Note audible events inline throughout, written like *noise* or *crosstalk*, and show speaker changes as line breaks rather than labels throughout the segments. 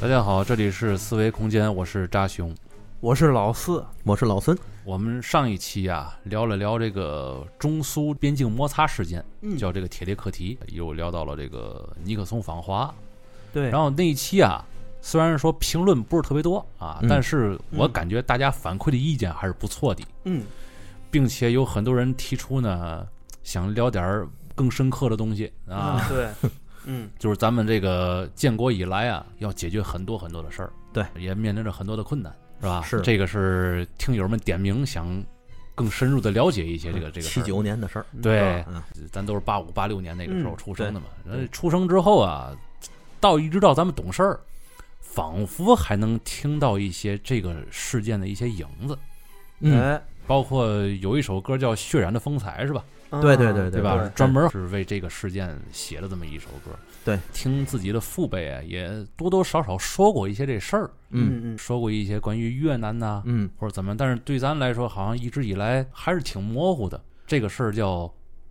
大家好，这里是思维空间，我是扎熊。
我是老四，
我是老孙，
我们上一期啊聊了聊这个中苏边境摩擦事件，
嗯
叫这个铁列课题，又聊到了这个尼克松访华。
对，
然后那一期啊，虽然说评论不是特别多啊，
嗯
但是我
嗯
感觉大家反馈的意见还是不错的，
嗯，
并且有很多人提出呢，想聊点儿更深刻的东西啊，
嗯
*laughs*
对，嗯
就是咱们这个建国以来啊，要解决很多很多的事儿，
对，
也面临着很多的困难，是吧？
是
这个是听友们点名想更深入的了解一些这个这个事
嗯七
儿。哎
九年的事儿，
对，
嗯
咱都是八五八六年那个时候
嗯
出生的嘛。呃出生之后啊，到一直到咱们懂事儿，仿佛还能听到一些这个事件的一些影子，
嗯，
哎，
包括有一首歌叫《血染的风采》，是吧？
哎
对
啊
对对
对
对
吧？
对
专门是为这个事件写的这么一首歌。
对，
听自己的父辈啊，也多多少少说过一些这事儿，
嗯
嗯嗯
说过一些关于越南呐、
嗯，
或者怎么样，但是对咱来说，好像一直以来还是挺模糊的。这个事儿叫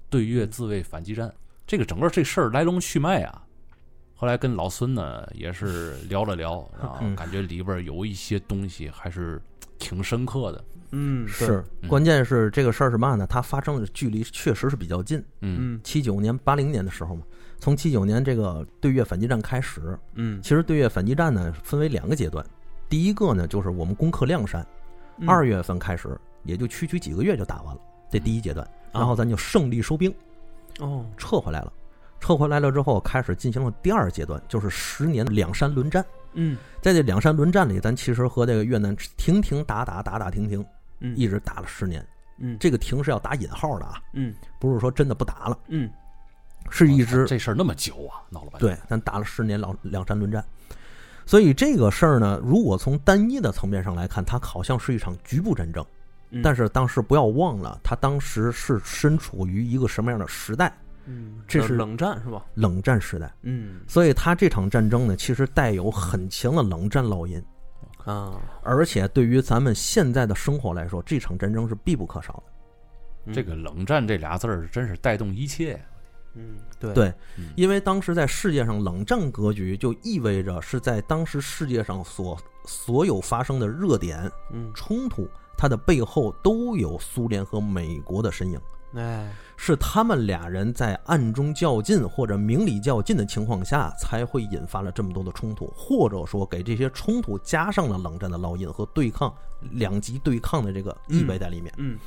对越自卫反击战，这个整个这事儿来龙去脉啊。后来跟老孙呢也是聊了聊，然后
嗯
感觉里边儿有一些东西还是挺深刻的。
嗯，对
是，
嗯
关键是这个事儿是嘛呢？它发生的距离确实是比较近，
嗯
嗯
七九年、八零年的时候嘛。从七九年这个对越反击战开始，
嗯，
其实对越反击战呢分为两个阶段，第一个呢就是我们攻克亮山，
嗯
二月份开始，也就区区几个月就打完了，这第一阶段，
嗯
然后咱就胜利收兵，
哦，
撤回来了。撤回来了之后，开始进行了第二阶段，就是十年两山轮战。
嗯
在这两山轮战里，咱其实和这个越南停停打打打打停停，
嗯
一直打了十年。
嗯
这个停是要打引号的啊，
嗯
不是说真的不打了，
嗯
是一直
哦这事儿那么久啊，闹了半天。
对，咱打了十年两两山轮战。所以这个事儿呢，如果从单一的层面上来看，它好像是一场局部战争，
嗯，
但
是
是当时不要忘了，它当时是身处于一个什么样的时代
嗯，
这是
冷战是吧？
——冷战时代。
嗯
所以它这场战争呢，其实带有很强的冷战烙印。
啊，
而且对于咱们现在的生活来说，这场战争是必不可少的。
嗯
这个“冷战”这俩字儿真是带动一切呀。
嗯对
对
嗯
因为当时在世界上冷战格局，就意味着是在当时世界上所所有发生的热点
嗯
冲突，它的背后都有苏联和美国的身影，
哎
是他们俩人在暗中较劲或者明里较劲的情况下，才会引发了这么多的冲突，或者说给这些冲突加上了冷战的烙印和对抗两极对抗的这个意味在里面。
嗯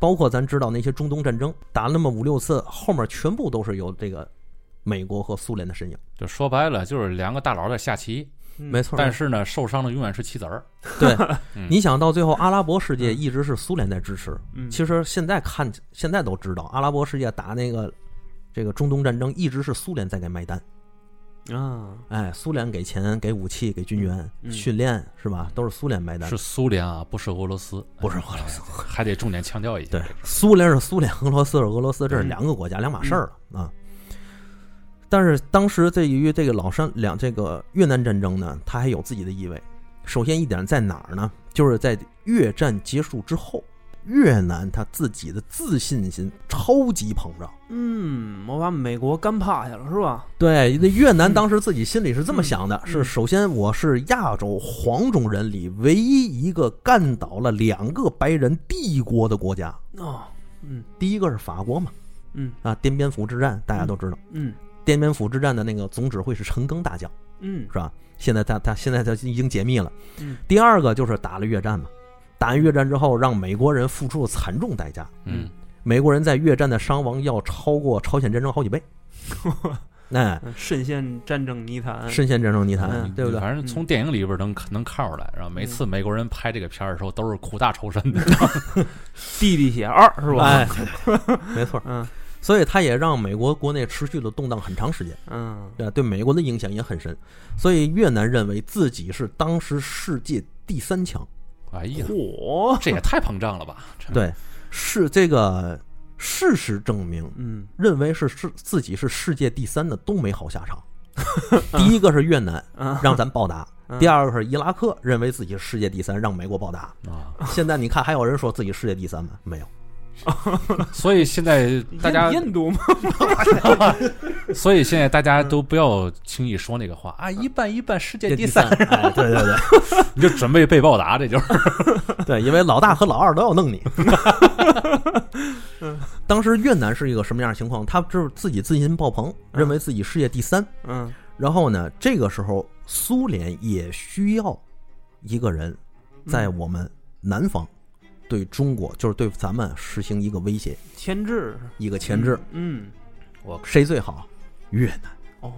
包括咱知道那些中东战争打了那么五六次，后面全部都是有这个美国和苏联的身影。
就说白了，就是两个大佬在下棋，
嗯
没错，
但是呢，受伤的永远是棋子儿。
对
嗯
你想到最后，阿拉伯世界一直是苏联在支持。
嗯
其实现在看，现在都知道，阿拉伯世界打那个这个中东战争，一直是苏联在给买单。
啊
哎，苏联给钱、给武器、给军援、
嗯
训练，是吧？都是苏联买单
是。苏联啊，不是俄罗斯，
不是俄罗斯，
还得重点强调一下。
对，苏联是苏联，俄罗斯是俄罗斯，这
嗯
是两个国家，两码事儿了啊。但是当时对于这个老山两这个越南战争呢，它还有自己的意味。首先一点在哪儿呢？就是在越战结束之后，越南他自己的自信心超级膨胀。
嗯，我把美国干趴下了是吧？
对，那越南当时自己心里是这么想的：
嗯
是首先我是亚洲黄种人里唯一一个干倒了两个白人帝国的国家。
哦，嗯
第一个是法国嘛，
嗯
啊，奠边府之战大家都知道，
嗯
奠边府之战的那个总指挥是陈赓大将，
嗯
是吧？现在他他现在他已经解密了。
嗯 *laughs*
第二个就是打了越战嘛，打完越战之后，让美国人付出了惨重代价，
嗯，
美国人在越战的伤亡要超过朝鲜战争好几倍。哎，
嗯，深陷战争泥潭
深陷战争泥
嗯
潭，对不对？
反正从电影里边能能看出来，然后每次美国人拍这个片儿的时候都是苦大仇深的。 *laughs*
弟弟血二是吧？
哎，没错。
嗯
所以它也让美国国内持续的动荡很长时间，
嗯
对吧？对美国的影响也很深。所以越南认为自己是当时世界第三强，
哎呀，
嚯，
这也太膨胀了吧！这，
对，是这个事实证明，
嗯
认为是是自己是世界第三的都没好
*laughs*
下场。第一个是越南
啊
让咱报答，
嗯
第二个是伊拉克
*laughs*
认为自己是世界第三，让美国报答。
啊，
现在你看还有人说自己世界第三吗？没有，
所以现在大家，
印印度吗？
*laughs* 所以现在大家都不要轻易说那个话啊，一半一半，世界
这
第三，
哎，对对
*laughs*
对
你就准备被报答，这就是
对，因为老大和老二都
*laughs*
要弄你。当时越南是一个什么样的情况？他就是自己自信心爆棚，
嗯
认为自己世界第三。
嗯
然后呢，这个时候苏联也需要一个人在我们南方对中国，就是对咱们实行一个威胁，
牵制，
一个钳制。
嗯，
我
谁最好？越南
哦，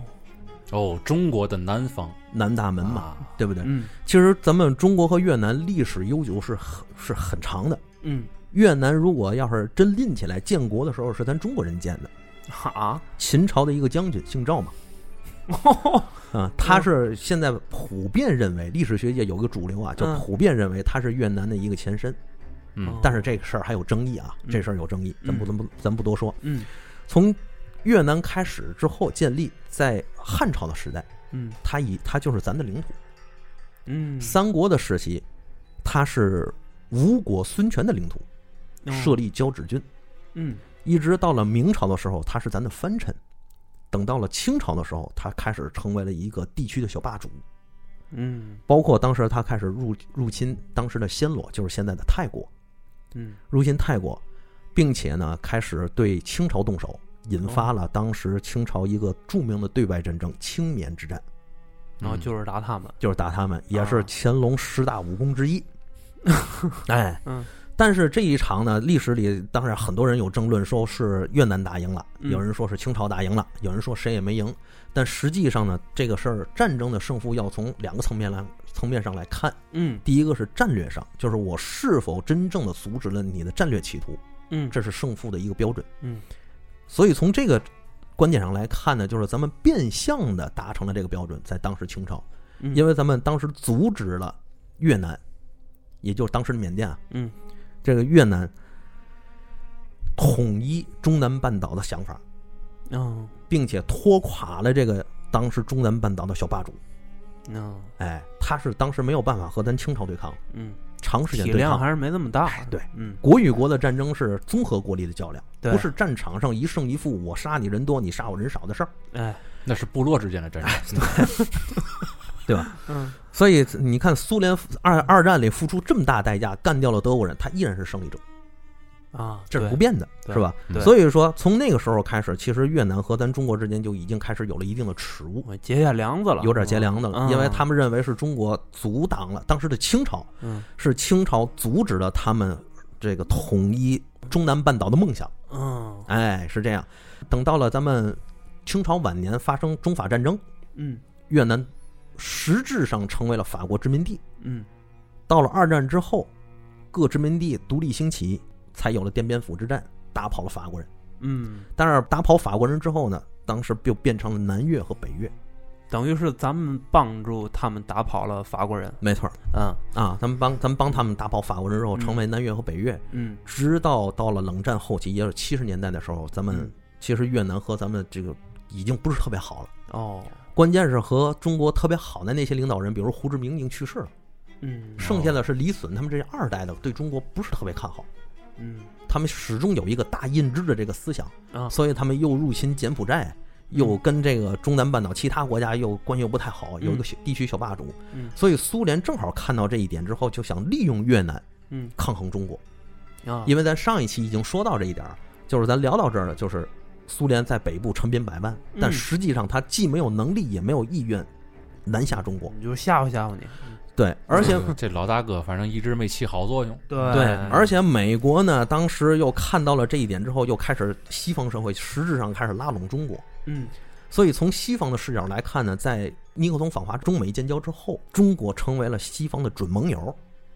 哦，中国的南方
南大门嘛，
啊，
对不对？
嗯
其实咱们中国和越南历史悠久是很是很长的。
嗯，
越南如果要是真拎起来，建国的时候是咱中国人建的，
哈，
秦朝的一个将军姓赵嘛，
哦
啊，
嗯
他是现在普遍认为历史学界有个主流啊，就
嗯
普遍认为他是越南的一个前身，
嗯
但是这个事儿还有争议啊，这事儿有争议，咱不咱不咱不多说。
嗯
从越南开始之后建立，在汉朝的时代，
嗯
它以它就是咱的领土；
嗯，
三国的时期，它是吴国孙权的领土，设
立，
立交趾郡。
哦嗯
一直到了明朝的时候，他是咱的藩臣；等到了清朝的时候，他开始成为了一个地区的小霸主，
嗯
包括当时他开始入入侵当时的暹罗，就是现在的泰国，
嗯
入侵泰国，并且呢开始对清朝动手，引发了当时清朝一个著名的对外战争——青棉之战，
嗯
然后就是打他们，
就是打他们，也
啊
是乾隆十大武功之
*laughs*
一。哎，
嗯
但是这一场呢，历史里当然很多人有争论，说是越南打赢了，
嗯
有人说是清朝打赢了，有人说谁也没赢。但实际上呢，这个事儿战争的胜负要从两个层面来层面上来看。
嗯
第一个是战略上，就是我是否真正的阻止了你的战略企图，
嗯，
这是胜负的一个标准。
嗯，
所以从这个观点上来看呢，就是咱们变相的达成了这个标准，在当时清朝，因
为
为咱们当时阻止了越南，也就是当时的缅甸啊，
嗯
这个越南统一中南半岛的想法，
嗯
并且拖垮了这个当时中南半岛的小霸主。
嗯
哎，他是当时没有办法和咱清朝对抗，
嗯，
长时间
体
对
量
抗。哎
还是没那么大，
对，
嗯
国与国的战争是综合国力的较量，
对
不是战场上一胜一负，我杀你人多，你杀我人少的事儿，
哎
那是部落之间的战争，
对吧？
嗯
所以你看，苏联二二战里付出这么大代价，干掉了德国人，他依然是胜利者，
啊，
这是
对
不变的，
对
是吧？
对
所以说，从那个时候开始，其实越南和咱中国之间就已经开始有了一定的耻辱，
我结下梁子了，
有点结梁的
嗯
了，因为他们认为是中国阻挡了当时的清朝，
嗯
是清朝阻止了他们这个统一中南半岛的梦想。
嗯
哎，是这样。等到了咱们清朝晚年发生中法战争，
嗯
越南实质上成为了法国殖民地。
嗯
到了二战之后，各殖民地独立兴起，才有了奠边府之战，打跑了法国人。
嗯，
但是打跑法国人之后呢，当时就变成了南越和北越。
等于是咱们帮助他们打跑了法国人，
没错儿
嗯
啊，咱们帮咱们帮他们打跑法国人之后，
嗯
成为南越和北越。
嗯
直到到了冷战后期，也就是七十年代的时候，咱们
嗯
其实越南和咱们这个已经不是特别好了。
哦
关键是和中国特别好的那些领导人，比如胡志明已经去世了，
嗯
剩下的是李隼他们这二代的对中国不是特别看好，
嗯
他们始终有一个大印支的这个思想，
啊
所以他们又入侵柬埔寨，又跟这个中南半岛其他国家又关系又不太好，
嗯
有一个小地区小霸主
嗯，
所以苏联正好看到这一点之后，就想利用越南
嗯
抗衡中国，
啊
因为咱上一期已经说到这一点儿，就是咱聊到这儿了，就是苏联在北部陈兵百万，但
嗯
实际上他既没有能力，也没有意愿南下中国。
你就吓唬吓唬你，
对，而
*laughs*
且
这老大哥反正一直没起好作用，
对
对，而且美国呢，当时又看到了这一点之后，又开始西方社会实质上开始拉拢中国。
嗯
所以从西方的视角来看呢，在尼克松访华中美建交之后，中国成为了西方的准盟友，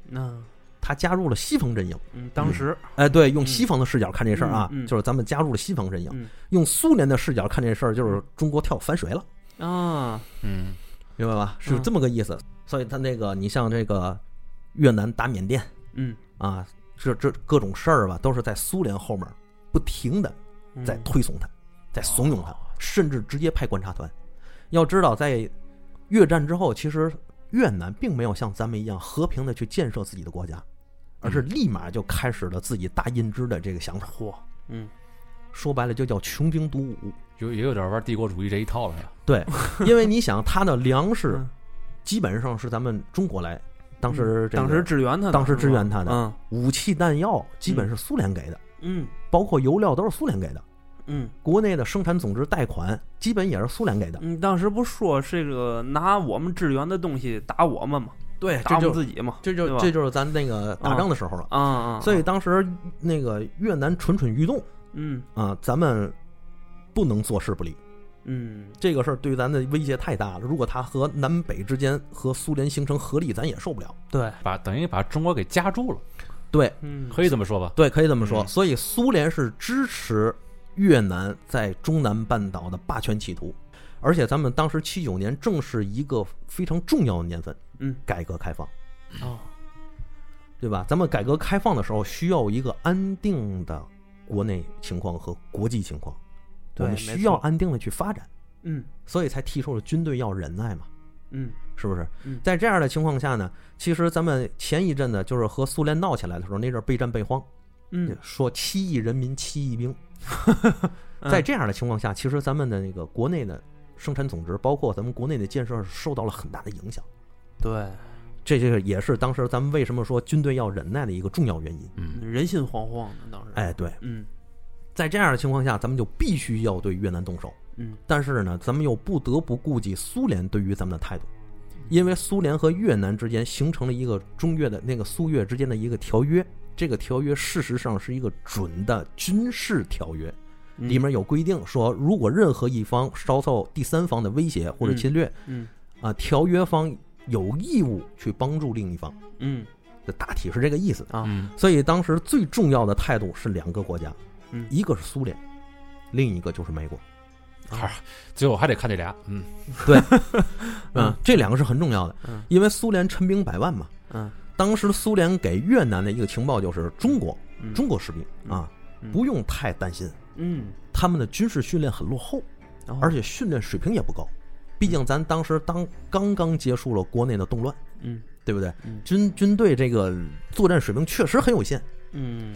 那
他加入了西方阵营。
嗯当时
哎，对，用
嗯
西方的视角看这事儿啊，
嗯嗯
就是咱们加入了西方阵营；
嗯
用苏联的视角看这事儿，就是中国跳反水了，
啊
嗯，
明白吧？是这么个意思。所以他那个，你像这个越南打缅甸
嗯
啊，这这各种事儿吧，都是在苏联后面不停的
嗯
在推送他，在怂恿他，甚至直接派观察团。要知道，在越战之后，其实越南并没有像咱们一样和平的去建设自己的国家，而是立马就开始了自己大印支的这个想法。
嚯，
嗯，
说白了就叫穷兵黩武。
有也有点玩帝国主义这一套了呀。
对，因为你想，他的粮食
嗯
基本上是咱们中国来，当时、这个
当时支援他的，
当时支援他的
嗯
武器弹药基本是苏联给的，
嗯
包括油料都是苏联给的，
嗯
国内的生产总值贷款基本也是苏联给的。
你当时不说这个拿我们支援的东西打我们嘛，
对
打
这
我们
就
自己嘛，
这
对
就
吧
这就是咱那个打仗的时候了。
啊啊，
所
以
以当时那个越南蠢蠢欲动
嗯
啊，咱们不能坐视不理。
嗯
这个事儿对咱的威胁太大了。如果他和南北之间和苏联形成合力，咱也受不了。
对
把等于把中国给夹住了，
对
嗯
可以这么说吧？
对，可以这么说。
嗯
所以苏联是支持越南在中南半岛的霸权企图，而且咱们当时七九年正是一个非常重要的年份，
嗯
改革开放，
哦
对吧？咱们改革开放的时候需要一个安定的国内情况和国际情况，我
对
们
没
需
错
要安定的去发展，
嗯
所以才提出了军队要忍耐嘛。
嗯
是不是
嗯？
在这样的情况下呢，其实咱们前一阵呢，就是和苏联闹起来的时候，那阵儿备战备荒，
嗯，
说七亿人民七亿
*laughs*
兵。
嗯
在这样的情况下，其实咱们的那个国内的生产总值，包括咱们国内的建设，受到了很大的影响。
对
这这个也是当时咱们为什么说军队要忍耐的一个重要原因。
嗯，
人心惶惶的当时，
哎，对，
嗯
在这样的情况下，咱们就必须要对越南动手。
嗯
但是呢，咱们又不得不顾及苏联对于咱们的态度，因为苏联和越南之间形成了一个中越的那个苏越之间的一个条约，这个条约事实上是一个准的军事条约，
嗯
里面有规定说，如果任何一方遭受第三方的威胁或者侵略，
嗯
啊，条约方有义务去帮助另一方，
嗯
这大体是这个意思。
啊
嗯，
所以当时最重要的态度是两个国家，
嗯
一个是苏联，另一个就是美国。
最后还得看这俩，嗯，
嗯，这两个是很重要的
嗯，
因为苏联陈兵百万嘛。
嗯
当时苏联给越南的一个情报就是中国
嗯
中国士兵啊，
嗯
不用太担心，
嗯，哦
他们的军事训练很落后，
然后
而且训练水平也不高。毕竟咱当时当刚刚结束了国内的动乱，
嗯
对不对
嗯？
军军队这个作战水平确实很有限。
嗯，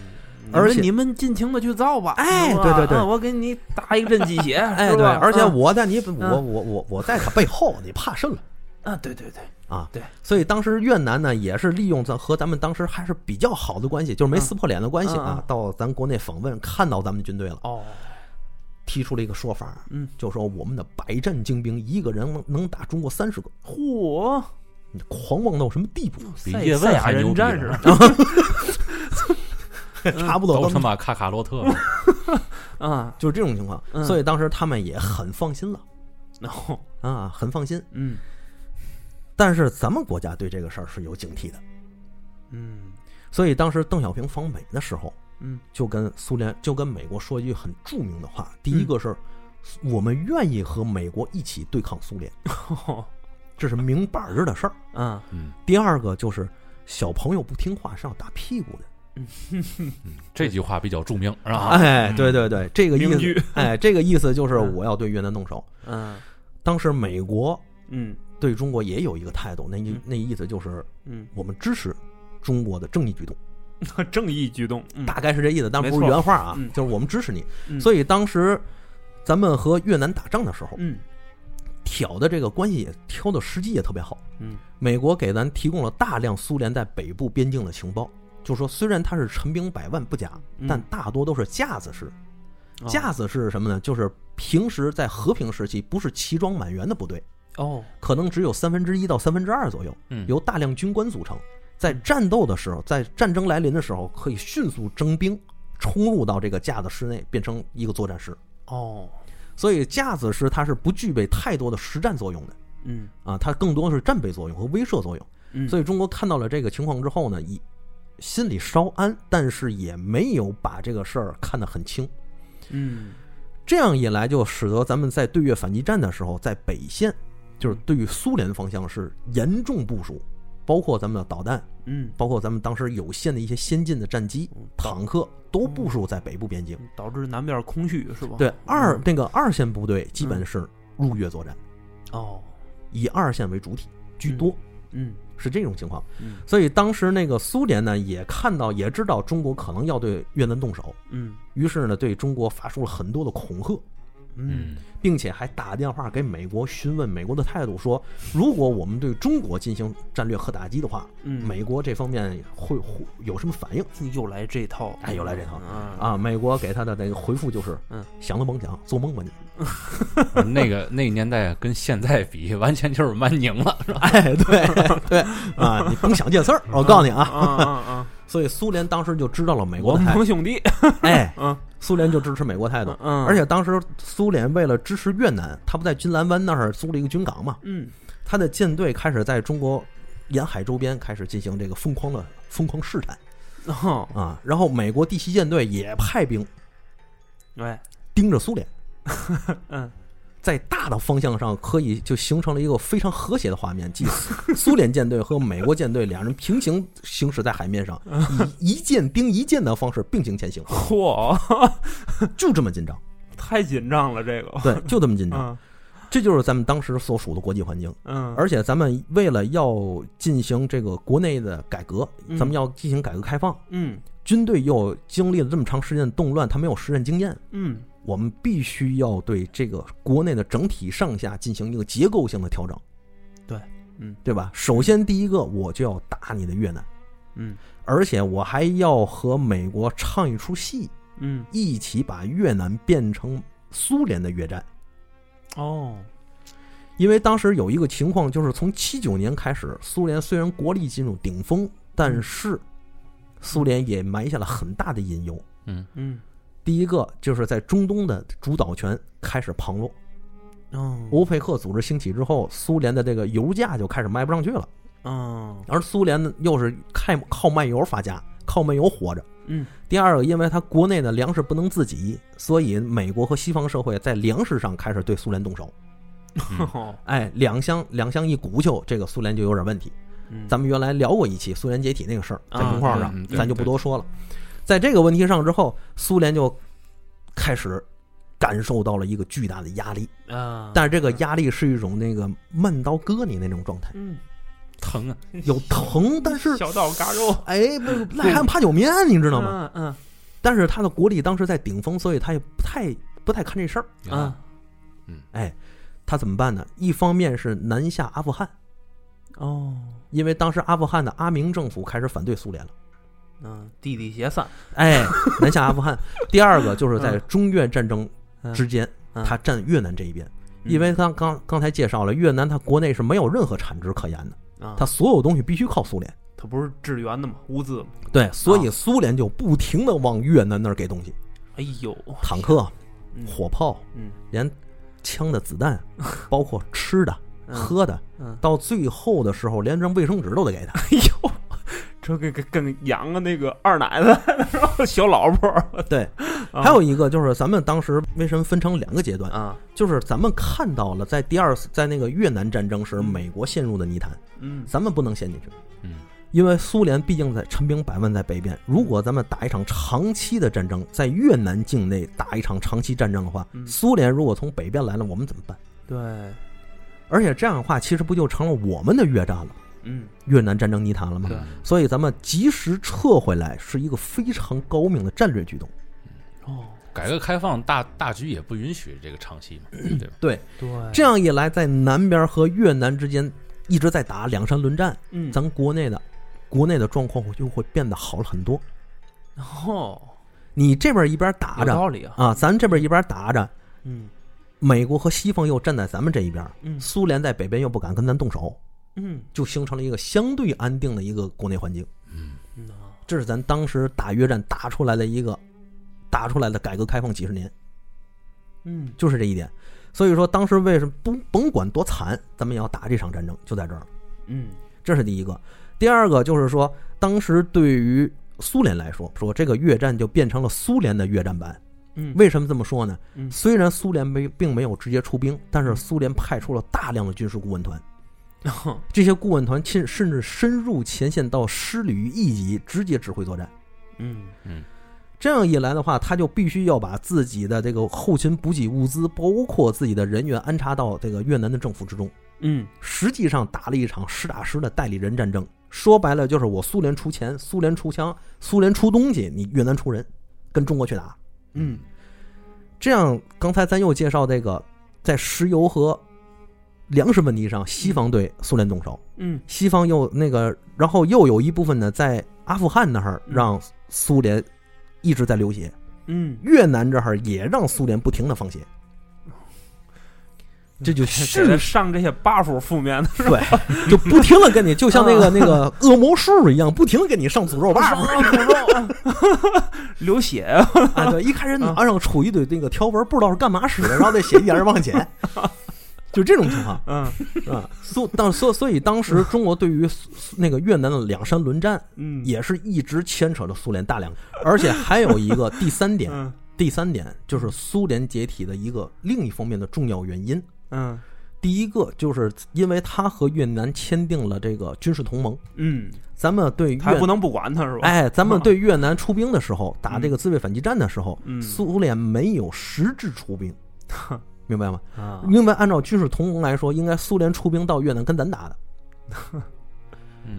而且
你们尽情的去造吧，
哎
是吧
对对对
嗯我给你打一个针鸡血，
哎，
是
对，
吧
而且
嗯
我在你
嗯
我我我我在他背后，你怕甚了？
啊，对对对，
啊，
对，
所以当时越南呢，也是利用咱和咱们当时还是比较好的关系，就是没撕破脸的关系
嗯
啊
嗯，
到咱国内访问，看到咱们军队了，
哦，
提出了一个说法，
嗯，
就说我们的百战精兵一个人能能打中国三十个，
嚯，
你狂妄到什么地步？
比
赛
叶问
赛亚
还牛
人
逼
战
呢
士，
*laughs* 差不
*laughs*
多
都
咱
他
们
妈卡卡洛特了，
啊，
就是这种情况，
嗯
所以当时他们也很放心了
然后
啊，很放心。
嗯
但是咱们国家对这个事儿是有警惕的，
嗯
所以当时邓小平访美的时候，
嗯
就跟苏联就跟美国说一句很著名的话，第
嗯
一个是、我们愿意和美国一起对抗
*laughs*
苏联，
哦
这是明摆着的事儿。
啊
嗯，
第二个就是小朋友不听话是要打屁股的。
这句话比较著名，是吧？
哎，对对对，这个意
啊嗯名句
思， *laughs* 哎，这个意
*laughs*
思就是
嗯
我要对越南动手。
嗯
当时美国
嗯
对中国也有一个态度，那意
嗯
那意思就是
嗯，
我们支持中国的正义举动，
正义举动，嗯
大概是这意思，但
没
不是
错
原话啊
嗯，
就是我们支持你。
嗯
所以当时咱们和越南打仗的时候，
嗯
挑的这个关系也挑的时机也特别好。
嗯
美国给咱提供了大量苏联在北部边境的情报，就说虽然它是陈兵百万不假，
嗯
但大多都是架子式。
哦
架子式是什么呢？就是平时在和平时期不是齐装满员的部队，
哦
可能只有三分之一到三分之二左右，
嗯
由大量军官组
嗯
成。在战斗的时候，在战争来临的时候，可以迅速征兵，冲入到这个架子室内，变成一个作战室。
哦
所以架子师它是不具备太多的实战作用的。
嗯
啊，它更多是战备作用和威慑作用。
嗯，
所
以
以中国看到了这个情况之后呢，以心里稍安，但是也没有把这个事儿看得很轻。
嗯
这样一来，就使得咱们在对越反击战的时候，在北线，就是对于苏联方向是严重部署，包括咱们的导弹，
嗯
包括咱们当时有限的一些先进的战机、坦克，都部署在北部边境。
导致南边空虚是吧？
对，二
嗯
那个二线部队基本是入越作战，
哦
以二线为主体居多。
嗯
是这种情况。
嗯
所以当时那个苏联呢，也看到也知道中国可能要对越南动手，
嗯
于是呢对中国发出了很多的恐吓，
嗯，
并且还打电话给美国询问美国的态度，说如果我们对中国进行战略核打击的话，
嗯，
美国这方面会会有什么反应？
又来这套，
哎又来这套
啊，
啊，美国给他的那个回复就是，
嗯，
想都甭想，做梦吧你。
那个那个年代跟现在比，完全就是蛮拧了。 *laughs*
嗯
*laughs* 哎，
*laughs*
对对啊，你甭想这事儿，我告诉你啊。
啊啊啊！
所以苏联当时就知道了美
我
国的
们
态度，
盟兄弟，
哎，
嗯
苏联就支持美国态度。
嗯，
而且当时苏联为了支持越南，他不在金兰湾那儿租了一个军港嘛，
嗯
他的舰队开始在中国沿海周边开始进行这个疯狂的疯狂试探
哦，
啊。然后美国第七舰队也派兵 *laughs*
对，
盯着苏联，
*laughs* 嗯
在大的方向上可以就形成了一个非常和谐的画面，即 *laughs* 苏联舰队和美国舰队两人平行行驶在海面
*laughs*
上，以一舰盯一舰的方式并行前行，
嚯，
就这么紧张，
*laughs* 太紧张了这个，
对，就这么紧张。
*laughs* 嗯
这就是咱们当时所属的国际环境。
嗯，
而且咱们为了要进行这个国内的改革，
嗯
咱们要进行改革开放，
嗯
军队又经历了这么长时间的动乱，他没有实战经验，
嗯
我们必须要对这个国内的整体上下进行一个结构性的调整。
对，嗯，
对吧？首先第一个，我就要打你的越南，
嗯
而且我还要和美国唱一出戏，
嗯，
一起把越南变成苏联的越战。
哦，
因为当时有一个情况，就是从七九年开始，苏联虽然国力进入顶峰，但是苏联也埋下了很大的隐忧。
嗯，
嗯
第一个就是在中东的主导权开始旁落，
哦，
欧佩克组织兴起之后，苏联的这个油价就开始卖不上去了，
嗯
而苏联呢又是靠靠卖油发家，靠卖油活着。
嗯
第二个，因为它国内的粮食不能自给，所以美国和西方社会在粮食上开始对苏联动手。
哦，
哎，两相两相一鼓秋，这个苏联就有点问题。
嗯
咱们原来聊过一期苏联解体那个事儿，在
啊
门框上，
嗯嗯对
咱就不多说了。在这个问题上之后，苏联就开始感受到了一个巨大的压力，
啊，
但是这个压力是一种那个慢刀割你那种状态，
嗯，
疼啊！
有疼，但是
小刀嘎肉，
哎，不癞汉怕九面，你 *laughs* 知
知
道吗？？
嗯
但是他的国力当时在顶峰，所以他也不太不太看这事儿。
嗯啊，
哎，他怎么办呢？一方面是南下阿富汗，
哦，
因为当时阿富汗的阿明政府开始反对苏联了。
嗯，弟弟协散，
哎，南下阿富汗。第二个就是在中越战争
嗯
之间，
嗯
他站越南这一边，因为刚刚刚才介绍了，越南它国内是没有任何产值可言的，
啊，
它所有东西必须靠苏联。
他不是支援的嘛，物资嘛，
对，所
嗯
以苏联就不停的往越南那儿给东西，
哎呦，
坦克、
嗯
火炮，
嗯
连枪的子
*laughs*
弹，包括吃的、
嗯
喝的，
嗯，
到最后的时候，连张卫生纸都得给他。
哎呦，这跟跟跟养个那个二奶奶，然后小老婆 *laughs*
对，
啊
还有一个就是咱们当时为什么分成两个阶段，
啊，
就是咱们看到了在第二次在那个越南战争时，美国陷入的泥潭，
嗯
咱们不能陷进去。
嗯，
因为苏联毕竟在陈兵百万在北边，如果咱们打一场长期的战争，在越南境内打一场长期战争的话，
嗯
苏联如果从北边来了，我们怎么办？
对，
而且这样的话，其实不就成了我们的越战了吗？
嗯
越南战争泥潭了吗
对？
所以咱们及时撤回来是一个非常高明的战略举动。
哦，
改革开放大大局也不允许这个唱戏嘛，对吧？
对，
对，
这样一来，在南边和越南之间一直在打两山轮战，
嗯，
咱国内的国内的状况就会变得好了很多。
哦，
你这边一边打
有
着
道理啊，
啊，咱这边一边打着，
嗯
美国和西方又站在咱们这一边，
嗯
苏联在北边又不敢跟咱动手，
嗯
就形成了一个相对安定的一个国内环境。
嗯啊
这是咱当时打越战打出来的一个打出来的改革开放几十年，
嗯
就是这一点。所以说，当时为什么不甭管多惨，咱们也要打这场战争，就在这儿。
嗯
这是第一个。第二个就是说，当时对于苏联来说，说这个越战就变成了苏联的越战版。
嗯，
为什么这么说呢？
嗯
虽然苏联没并没有直接出兵，但是苏联派出了大量的军事顾问团，这些顾问团亲甚至深入前线到师旅一级，直接指挥作战。
嗯
这样一来的话，他就必须要把自己的这个后勤补给物资，包括自己的人员安插到这个越南的政府之中。
嗯
实际上打了一场实打实的代理人战争。说白了，就是我苏联出钱，苏联出枪，苏联出东西，你越南出人，跟中国去打。
嗯
这样，刚才咱又介绍这个，在石油和粮食问题上，西方对苏联动手，
嗯
西方又那个，然后又有一部分呢，在阿富汗那儿
嗯
让苏联一直在流血，
嗯，
越南这儿也让苏联不停的放血，这就
给
是
他上这些 buff 负面的，
对，就不停的跟你，就像那
嗯
个那个恶魔术一样，不停的给你上诅咒吧。
流血
啊，对，一开始
嗯
脑上杵一堆那个条纹，不知道是干嘛使的，然后再写一点儿往
*laughs*
前，就这种情况
嗯
啊。所当所所以当时中国对于苏那个越南的两山轮战
嗯
也是一直牵扯着苏联大量，而且还有一个第三点，
嗯
第三点就是苏联解体的一个另一方面的重要原因。
嗯
第一个就是因为他和越南签订了这个军事同盟，
嗯，
咱们对
他
越
不能不管他是吧？
哎，咱
*laughs*
们对越南出兵的时候，打这个自卫反击战的时候，
嗯
苏联没有实质出
*laughs*
兵，明白吗？
啊，
因为按照军事同盟来说，应该苏联出兵到越南跟咱
*laughs*
打的。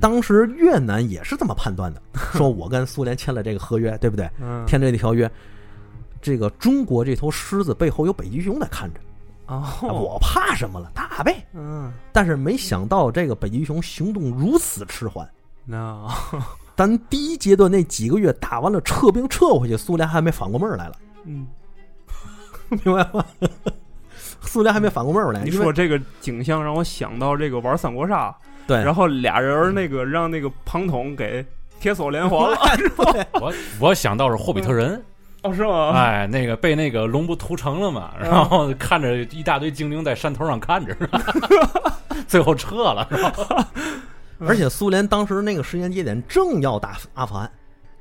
当时越南也是这么判
*laughs*
断的，说我跟苏联签了这个合约，对不对？
嗯
签这个条约，这个中国这头狮子背后有北极熊在看着，
哦，
我怕什么了？打呗！
嗯，
但是没想到这个北极熊行动如此迟缓，
那
咱第一阶段那几个月打完了，撤兵撤回去，苏联还没反过味儿来了， *laughs*
嗯，
明白吗？ *laughs* 苏联还没反过味儿来，
你
因为
说这个景象让我想到这个玩三国杀，
对，
然后俩人儿那个让那个庞统给铁锁连环了，
我我想到是霍比特人，
*laughs* 哦是吗？
哎，那个被那个龙不屠城了嘛，然后看着一大堆精灵在山头上看着，是吧最后撤了，是吧
而且苏联当时那个时间节点正要打阿富汗，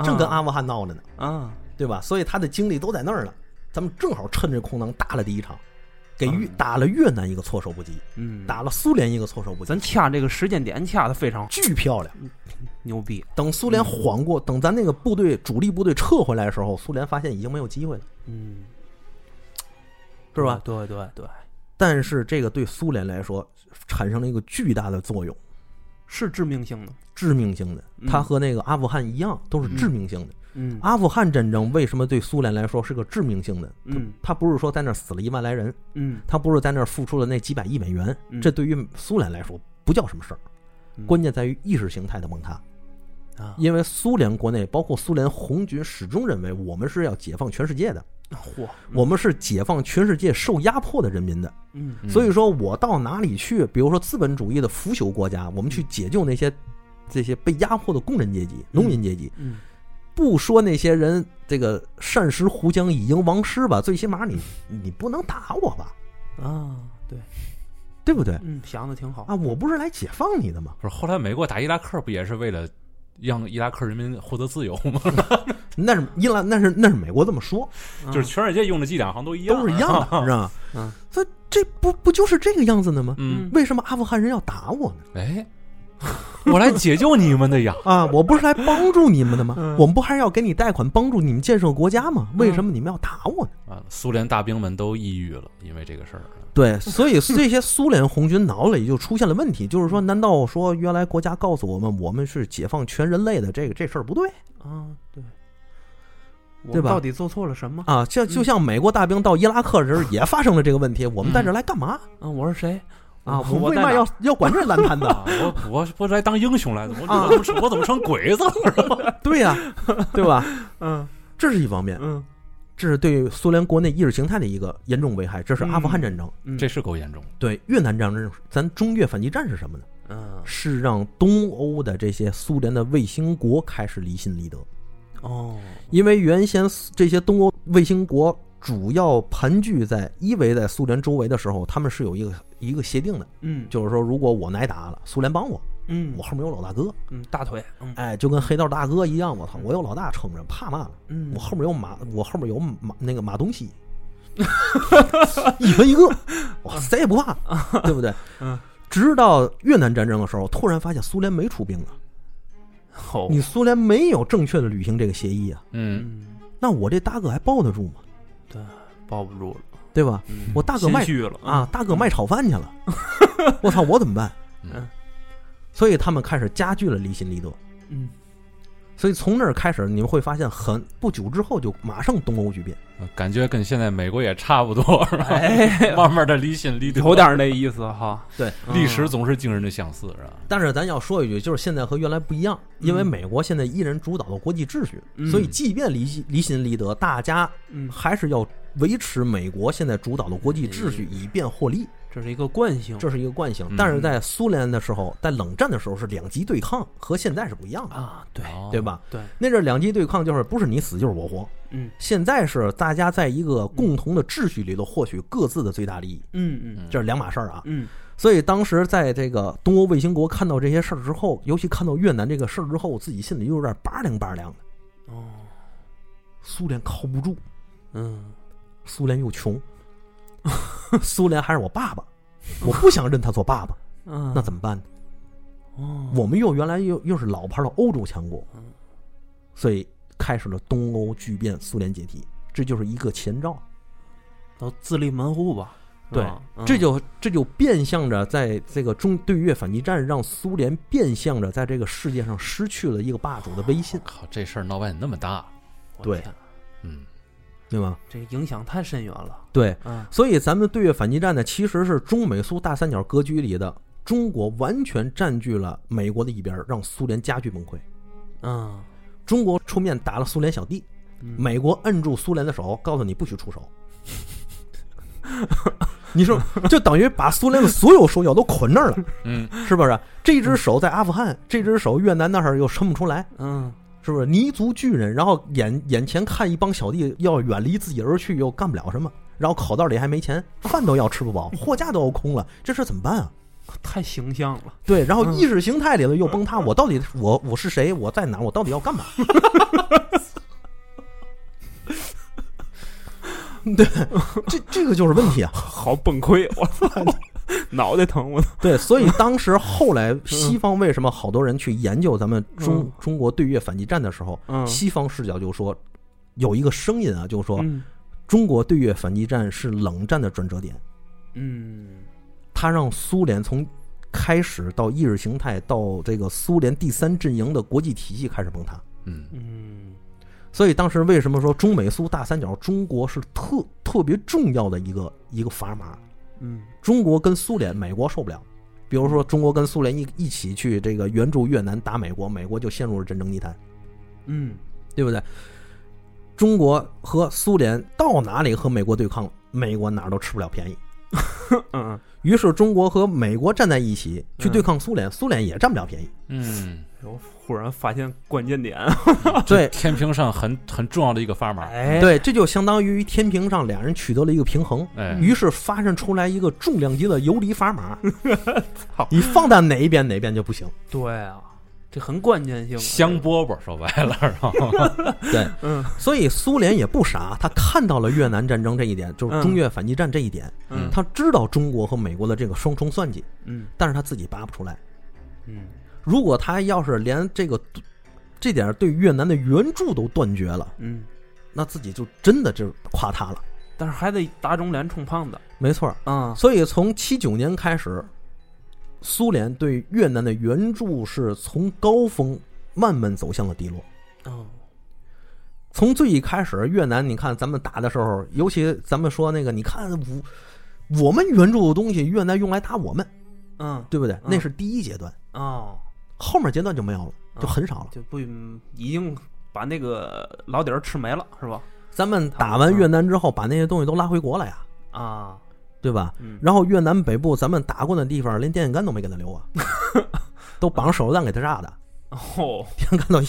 正跟阿富汗闹着呢，
啊，
对吧？所以他的精力都在那儿呢。咱们正好趁这空档打了第一场，给越打了越南一个措手不及，
嗯，
打了苏联一个措手不及
咱，掐这个时间点掐的非常
巨漂亮。
牛逼，
等苏
嗯
联缓过，等咱那个部队主力部队撤回来的时候，苏联发现已经没有机会了，
嗯，
是吧？
对对对，
但是这个对苏联来说产生了一个巨大的作用，
是致命性的，
致命性的。
嗯
它和那个阿富汗一样，都是致命性的。
嗯
阿富汗战争为什么对苏联来说是个致命性的？
嗯
它不是说在那儿死了一万来人，
嗯，
它不是在那儿付出了那几百亿美元，
嗯
这对于苏联来说不叫什么事儿。
嗯
关键在于意识形态的崩塌，
啊，
因为苏联国内包括苏联红军始终认为我们是要解放全世界的，
嚯，
我们是解放全世界受压迫的人民的。
嗯
所以说我到哪里去，比如说资本主义的腐朽国家，我们去解救那些这些被压迫的工人阶级、农民阶级，
嗯
不说那些人这个善食胡浆以迎王师吧，最起码你
嗯
你不能打我吧，
啊，对，
对不对？
嗯，想的挺好
啊，，我不是来解放你的吗？
不是后来美国打伊拉克不也是为了让伊拉克人民获得自由吗？
那是伊朗，那是那是美国这么说，
啊
就是全世界用的伎俩好像都一样，
都是一样
*laughs*
的，是吧？
嗯，
所以这不不就是这个样子的吗？
嗯，
为什么阿富汗人要打我呢？
哎，我来解救你们的呀！
啊，我不是来帮助你们的吗？
嗯
我们不还是要给你贷款帮助你们建设国家吗？为什么你们要打我呢？
*laughs* 啊，苏联大兵们都抑郁了，因为这个事儿。
对，所以这些苏联红军脑里就出现了问题，就是说，难道说原来国家告诉我们我们是解放全人类的这个这事儿不对
啊，对，我
对吧
到底做错了什么？
啊？像就像美国大兵到伊拉克的时候也发生了这个问题，我们在这儿来干嘛
啊，我是谁？
啊？
我
为
在
嘛
哪
要要管这烂摊子？
*laughs*
啊，我我不是来当英雄来的，我
啊
我怎么成我怎么成鬼子了？
对呀、对吧？
嗯
这是一方面，
嗯
这是对苏联国内意识形态的一个严重危害，这是阿富汗战争。
嗯，
这是够严重的。
对越南战争，咱中越反击战是什么呢？
嗯
是让东欧的这些苏联的卫星国开始离心离德，
哦，
因为原先这些东欧卫星国主要盘踞在依偎在苏联周围的时候，他们是有一个一个协定的，
嗯
就是说如果我挨打了，苏联帮我，
嗯
我后面有老大哥，
嗯大腿，嗯
哎，就跟黑道大哥一样，我操，我有老大撑着，怕嘛了？
嗯
我后面有马，我后面有马那个马东锡，一分一个，我谁也不怕，对不对？
嗯。
直到越南战争的时候，突然发现苏联没出兵啊，
好，
你苏联没有正确的履行这个协议啊，
嗯，
嗯
那我这大哥还抱得住吗？
抱不住了，
对吧？
嗯
我大哥
心
卖
虚了
啊，，大哥卖炒饭去了， *laughs* 我操，我怎么办？
嗯
所以他们开始加剧了离心离德。
嗯
所以从那儿开始，你们会发现很不久之后就马上东欧巨变。
嗯感觉跟现在美国也差不多，*laughs*
哎，
慢慢的离心离德，
有点那意思哈。
对
嗯，
历史总是惊人的相似，是吧？
但是咱要说一句，就是现在和原来不一样，因为美国现在一人主导的国际秩序，
嗯
所以即便离心离心离德，大家
嗯，
还是要维持美国现在主导的国际秩序，以便获利，
这是一个惯性，
这是一个惯性
嗯。
但是在苏联的时候，在冷战的时候是两极对抗，和现在是不一样的，
啊，对，
哦
哎对？吧？
对，
那阵儿两极对抗就是不是你死就是我活，
嗯
现在是大家在一个共同的秩序里头获取各自的最大利益，
嗯嗯
这是两码事儿啊。
嗯
所以当时在这个东欧卫星国看到这些事儿之后，尤其看到越南这个事儿之后，我自己心里又有点拔凉拔凉的。
哦
苏联靠不住，
嗯
苏联又穷， *laughs* 苏联还是我爸爸，我不想认他做爸爸，
嗯，
那怎么办呢？
哦
我们又原来又又是老牌的欧洲强国，所以开始了东欧巨变，苏联解体，这就是一个前兆。
都自立门户吧？是
对
吧，嗯
这就这就变相着在这个中对越反击战，让苏联变相着在这个世界上失去了一个霸主的威信，
靠，这事儿闹外那么大，
我
对
天
嗯，
对吗？
这个影响太深远了。
对，
嗯
所以咱们对越反击战呢，其实是中美苏大三角格局里的中国完全占据了美国的一边儿，让苏联加剧崩溃。
嗯，
中国出面打了苏联小弟，
嗯
美国摁住苏联的手，告诉你不许出手。 *laughs* 你说，就等于把苏联的所有手脚都捆那儿了，
嗯，
是不是？这只手在阿富汗，这只手越南那儿又伸不出来，
嗯
是不是？泥足巨人，然后眼眼前看一帮小弟要远离自己而去，又干不了什么，然后口袋里还没钱，饭都要吃不饱，货架都要空了，这事儿怎么办啊？
太形象了。
对，然后意识形态里头又崩塌，我到底我我是谁？我在哪儿？我到底要干嘛？ *laughs* 对，这这个就是问题啊。
好崩溃，我操， *laughs* 脑袋疼我。
对，所以当时后来西方为什么好多人去研究咱们中、
嗯
中国对越反击战的时候，
嗯
西方视角就说有一个声音啊，就说
嗯
中国对越反击战是冷战的转折点，
嗯
它让苏联从开始到意识形态到这个苏联第三阵营的国际体系开始崩塌。
嗯，
嗯
所以当时为什么说中美苏大三角，中国是特特别重要的一个一个砝码？
嗯
中国跟苏联、美国受不了。比如说，中国跟苏联一一起去这个援助越南打美国，美国就陷入了战争泥潭，
嗯
对不对？中国和苏联到哪里和美国对抗，美国哪儿都吃不了便宜。
嗯，
于是中国和美国站在一起去对抗苏联，苏联也占不了便宜。
嗯，
我忽然发现关键点。啊
啊
啊对
天平上很很重要的一个砝码，
哎，
对，这就相当于天平上俩人取得了一个平衡。
哎，
于是发展出来一个重量级的游离砝码，你放在哪一边哪一边就不行。
对啊，这很关键性啊。
香饽饽说白了，然后
对，
嗯
所以苏联也不傻，他看到了越南战争这一点，就是中越反击战这一点，
嗯
他知道中国和美国的这个双重算计，
嗯
但是他自己拔不出来。
嗯
如果他要是连这个这点对越南的援助都断绝了，
嗯，
那自己就真的就垮塌了。
但是还得打肿脸充胖子
没错儿，
啊。
所以从七九年开始，苏联对越南的援助是从高峰慢慢走向了低落。
哦，
从最一开始，越南，你看咱们打的时候，尤其咱们说那个，你看我我们援助的东西，越南用来打我们，
嗯
对不对？
嗯
那是第一阶段，
哦，
后面阶段就没有了，就很少了。
就不已经把那个老底儿吃没了是吧？
咱们打完越南之后，把那些东西都拉回国了呀，
啊，
对吧？
嗯
然后越南北部咱们打过的地方，连电线杆都没给他留啊，都绑手榴弹给他炸的。 *laughs*
哦，
电杆到一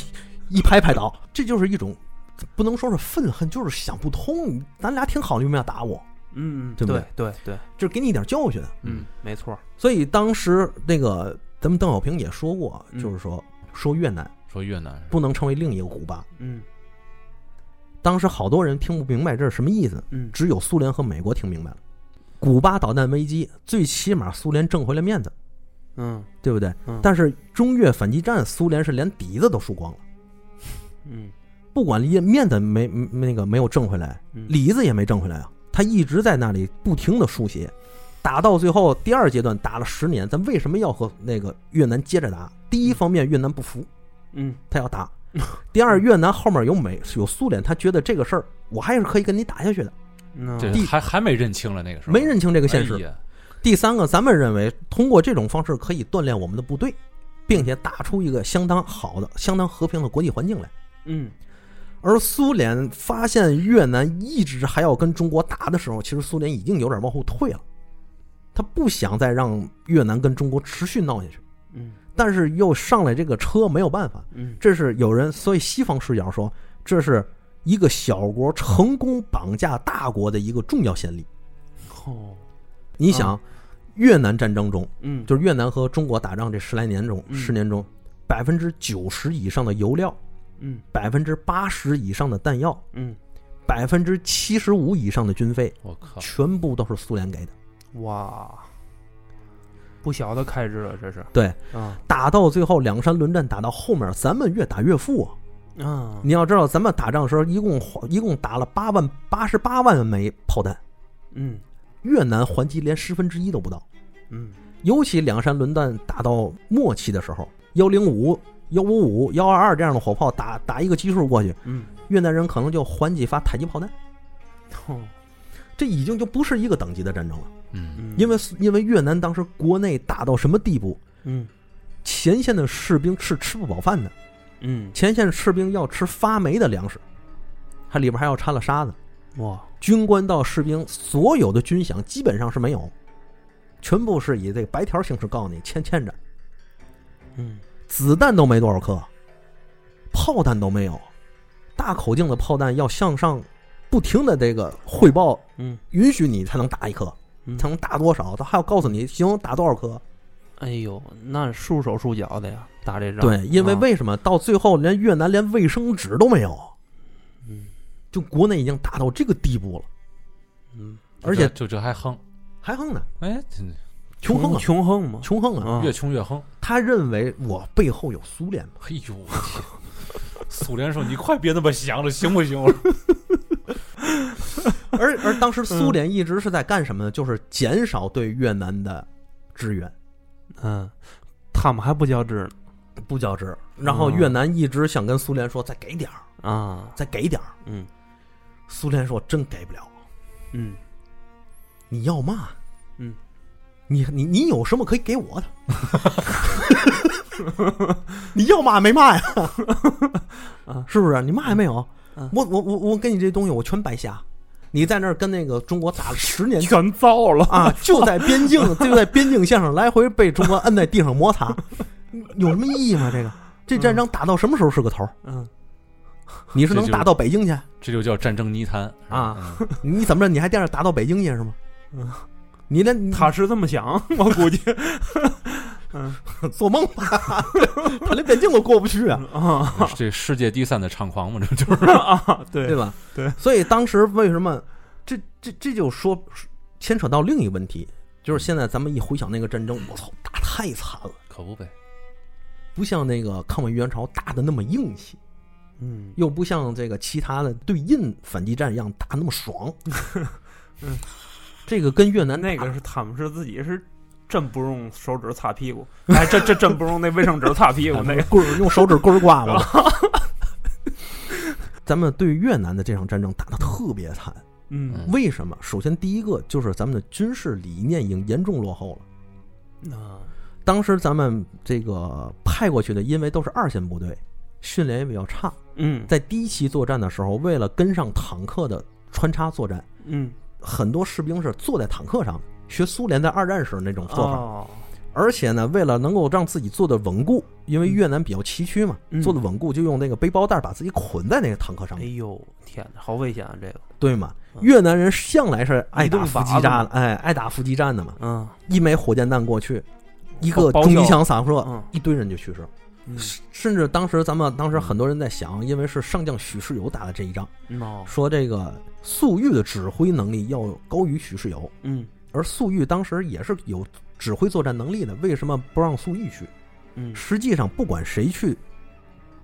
一拍拍倒，这就是一种不能说是愤恨，就是想不通，咱俩挺好，你为什么要打我？
嗯，
对不
对对对，
就是给你一点教训。
嗯，没错，
所以当时那个咱们邓小平也说过，
嗯
就是说说越南
*laughs* 说越南，
不能成为另一个古巴。
嗯
当时好多人听不明白这是什么意思，
嗯
只有苏联和美国听明白了。古巴导弹危机，最起码苏联挣回了面子，
嗯
对不对
嗯？
但是中越反击战，苏联是连底子都输光了。
嗯
不管面面子没没那个没有挣回来，
嗯
里子也没挣回来啊，他一直在那里不停的输血，打到最后第二阶段打了十年，咱为什么要和那个越南接着打？第一方面越南不服，
嗯
他要打；第二越南后面有美有苏联，他觉得这个事儿我还是可以跟你打下去的，
嗯，
这
地
还还没认清了那个时候，
没认清这个现实
哎。呀
第三个，咱们认为通过这种方式可以锻炼我们的部队，并且打出一个相当好的、相当和平的国际环境来。
嗯
而苏联发现越南一直还要跟中国打的时候，其实苏联已经有点往后退了，他不想再让越南跟中国持续闹下去，
嗯
但是又上来这个车没有办法。
嗯
这是有人，所以西方视角说，这是一个小国成功绑架大国的一个重要先例。
哦
你想，越南战争中，
嗯
就是越南和中国打仗这十来年中，
嗯
十年中，百分之九十以上的油料，
嗯
百分之八十以上的弹药，
嗯
百分之七十五以上的军费，
我靠，
全部都是苏联给的。
哇，不小的开支了这是
对，
啊
打到最后，两山轮战打到后面，咱们越打越富啊！
啊
你要知道，咱们打仗的时候一共花一共打了八万八十八万枚炮弹，
嗯
越南还击连十分之一都不到。
嗯
尤其两山轮弹打到末期的时候，幺零五、幺五五、幺二二这样的火炮打打一个基数过去，
嗯
越南人可能就还几发迫击炮弹，
哦
这已经就不是一个等级的战争了。
嗯，
嗯
因为因为越南当时国内打到什么地步，
嗯
前线的士兵是吃不饱饭的，
嗯
前线士兵要吃发霉的粮食，它里边还要掺了沙子。
哇
军官到士兵，所有的军饷基本上是没有，全部是以这个白条形式告诉你欠欠着，
嗯
子弹都没多少颗，炮弹都没有，大口径的炮弹要向上不停的这个汇报
嗯
允许你才能打一颗，
嗯
才能打多少，他还要告诉你行打多少颗。
哎呦那束手束脚的呀打这仗
对，因为
啊
为什么到最后连越南连卫生纸都没有，
嗯
就国内已经打到这个地步了，
嗯
而且
这就这还横，
还横呢，
哎，这
穷横啊，
穷横嘛
穷横啊！
啊
越穷越横，
他认为我背后有苏 *laughs* 联嘛，
哎呦，我天！苏联说：“你快别那么想了，行不行 *laughs*
而而当时苏联一直是在干什么呢？就是减少对越南的支援，
嗯他们还不交支
不交支。然后
嗯
越南一直想跟苏联说再给点儿，
呢啊
再给点儿。
嗯
苏联说真给不了，
嗯
你要嘛？
嗯，
你你你有什么可以给我的？ *laughs* 你要嘛没嘛呀？
*laughs* 啊
是不是？你嘛也没有
嗯嗯。
我我我我给你这东西，我全白瞎。你在那儿跟那个中国打了十年仗
全糟了
*laughs* 啊，就在边
*laughs*
境，就在边境线上来回被中国摁在地上摩擦，有什么意义吗？这个这战争打到什么时候是个头？
嗯
你是
这
能
就
打到北京去？？”
这就叫战争泥潭
啊！
嗯
你怎么着？你还惦着打到北京去是吗
嗯？
你连
他是这么想，我估计
做梦吧， *laughs* 他连边境都过不去啊，
*laughs* 啊
嗯这世界第三的猖狂嘛，这就是
*laughs* 啊，
对
对，
吧？
对，
所以当时为什么这这这就说牵扯到另一个问题，就是现在咱们一回想那个战争，我操，打太惨了，
可不呗。
不像那个抗美援朝打的那么硬气，
嗯
又不像这个其他的对印反击战一样打那么爽。
*laughs* 嗯，
这个跟越南
*laughs* 那个
打
是他们是自己是真不用手指擦屁股，哎，这这真不用那卫生纸擦屁股那个，
棍儿用手指棍儿刮我。咱们对越南的这场战争打得特别惨，
*laughs* 嗯
为什么？首先，第一个就是咱们的军事理念已经严重落后了。
啊
当时咱们这个派过去的，因为都是二线部队，训练也比较差，
嗯
在第一期作战的时候，为了跟上坦克的穿插作战，
嗯，
很多士兵是坐在坦克上，学苏联在二战时那种做法。
哦
而且呢，为了能够让自己做的稳固，因为越南比较崎岖嘛，
嗯
做的稳固就用那个背包带把自己捆在那个坦克上
哎
面，
呦天哪，好危险啊这个，
对吗？
嗯
越南人向来是爱打
移动
伏
靶子
击战
嘛，
哎，爱打伏击战的嘛。
嗯
一枚火箭弹过去，一个
爆
重机
爆
枪扫射，
嗯
一堆人就去世。
嗯
甚至当时咱们当时很多人在想，因为是上将许世友打的这一仗，
嗯哦
说这个粟裕的指挥能力要高于许世友，
嗯
而粟裕当时也是有指挥作战能力的，为什么不让粟裕去？
嗯
实际上，不管谁去，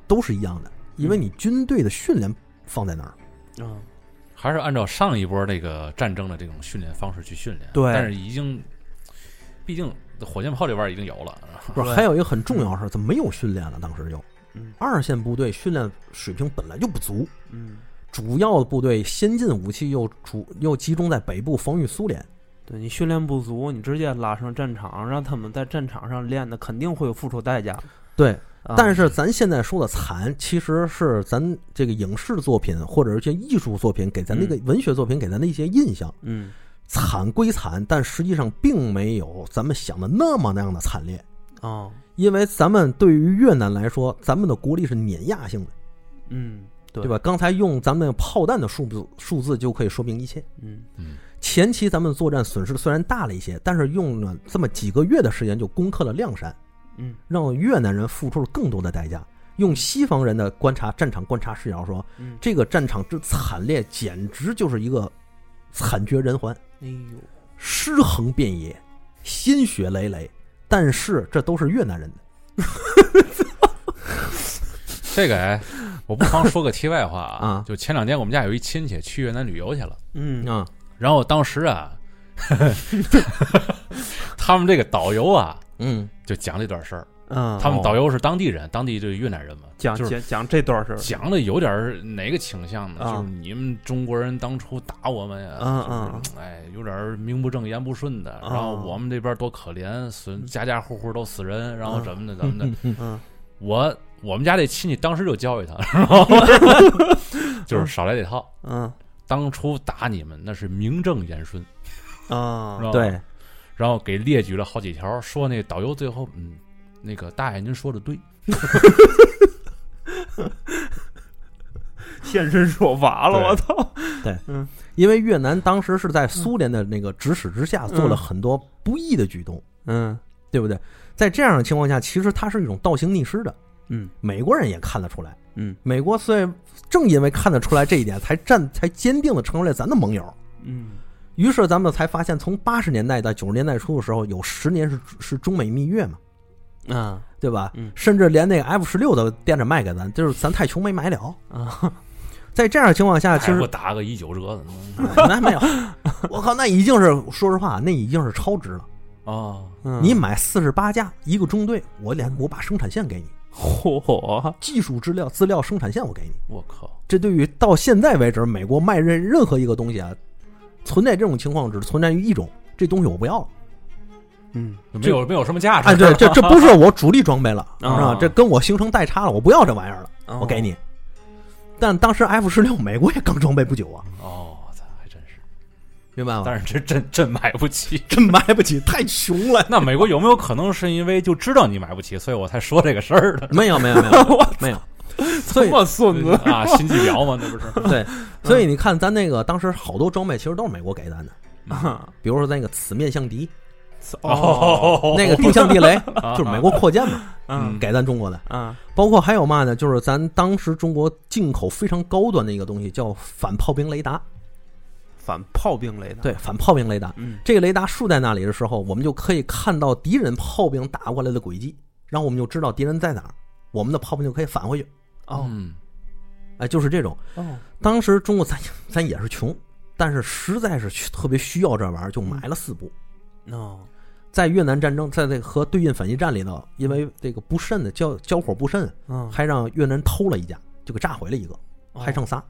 都是一样的，因为你军队的训练放在那儿。
嗯，
还是按照上一波这个战争的这种训练方式去训练，
对
但是已经，毕竟火箭炮这边已经有了，
不是，
对
还有一个很重要的事，怎么没有训练了？当时就
嗯
二线部队训练水平本来就不足，
嗯，
主要部队先进武器又主又集中在北部防御苏联。
对你训练不足，你直接拉上战场，让他们在战场上练的，肯定会有付出代价。
对，
啊
但是咱现在说的惨，其实是咱这个影视作品或者是一些艺术作品给咱那个文学作品给咱的一些印象。
嗯，
惨归惨，但实际上并没有咱们想的那么那样的惨烈。
哦，
因为咱们对于越南来说，咱们的国力是碾压性的，
嗯，对
对吧？？刚才用咱们炮弹的数字数字就可以说明一切。
嗯，
嗯，
前期咱们作战损失虽然大了一些，但是用了这么几个月的时间就攻克了亮山，
嗯，
让越南人付出了更多的代价。用西方人的观察战场观察视角说，
嗯，
这个战场之惨烈，简直就是一个惨绝人寰，
哎呦，
尸横遍野，鲜血累累。但是这都是越南人的，
这个哎，我不妨说个题外话
*laughs* 啊
就前两天我们家有一亲戚去越南旅游去了，
嗯，
啊，
然后当时
*laughs*
啊，他们这个导游啊
嗯，
就讲这段事儿，
哦
啊，
他们导游是当地人，当地就是越南人嘛，
讲
就是
讲讲这段事儿，
讲的有点儿哪个倾向呢？
啊
就是你们中国人当初打我们
啊
呀，
嗯
就是哎，有点儿名不正言不顺的。
啊
然后我们这边多可怜，死家家户户都死人，然后怎么的怎么的。
嗯
嗯，
我我们家这亲戚当时就教育他，然后就是少来这套。
嗯
当初打你们那是名正言顺，
啊
是，吧？。
对，
然后给列举了好几条，说那导游最后嗯，那个大爷您说的对，
现身说法了，
对
我操！
因为越南当时是在苏联的那个指使之下，
嗯
做了很多不义的举动，
嗯
对不对？在这样的情况下，其实它是一种倒行逆施的。
嗯
美国人也看得出来，
嗯
美国虽然正因为看得出来这一点，才站才坚定的成为了咱的盟友。
嗯
于是咱们才发现，从八十年代到九十年代初的时候，有十年是是中美蜜月嘛，
啊
对吧？
嗯
甚至连那个 F 十六都惦着卖给咱，就是咱太穷没买了。
啊，
*laughs* 在这样的情况下，其
还
实嗯
不打个一九折的
那 *laughs* 没有，我靠，那已经是说实话，那已经是超值了。
啊？
嗯
你买四十八架一个中队，我连我把生产线给你，
嚯，
技术资料资料生产线我给你。
我靠！
这对于到现在为止，美国卖任任何一个东西啊，存在这种情况只存在于一种，这东西我不要了。
嗯
没有没有什么价值。
哎， *laughs* 对，这这不是我主力装备 *laughs* 了，是
啊
吧？这跟我形成代差了，我不要这玩意儿了，我给，你。但当时 F 十六美国也刚装备不久啊，
哦，我操，还真是，
*laughs* 明白吗？。
但是这真真买不起
真 *laughs* 买不起，太穷了。
*laughs* 那美国有没有可能是因为就知道你买不起，所以我才说这个事儿的？
*laughs* 没有没有没有没有，所
*laughs* 这
以
么孙子，
*laughs* 啊，心机婊嘛，那不是？
*laughs* 对，嗯所以你看咱那个当时好多装备其实都是美国给咱的，
啊
比如说那个此面向敌，
哦，
*laughs*
那个定向地 *laughs* 雷
啊
就是美国扩建 *laughs* 嘛，
嗯
给咱中国的。
啊
包括还有嘛呢？就是咱当时中国进口非常高端的一个东西，叫反炮兵雷达。
反炮兵类的，
对，，反炮兵雷达。
嗯
这个雷达竖在那里的时候，我们就可以看到敌人炮兵打过来的轨迹，然后我们就知道敌人在哪儿，我们的炮兵就可以返回去。
哦
嗯
哎，就是这种。
哦，
当时中国咱咱也是穷，但是实在是需特别需要这玩意儿，就买了四部。
哦
在越南战争，在这个和对印反击战里头，因为这个不慎的交交火不慎，
嗯，
还让越南偷了一架，就给炸毁了一个，
哦
还剩仨。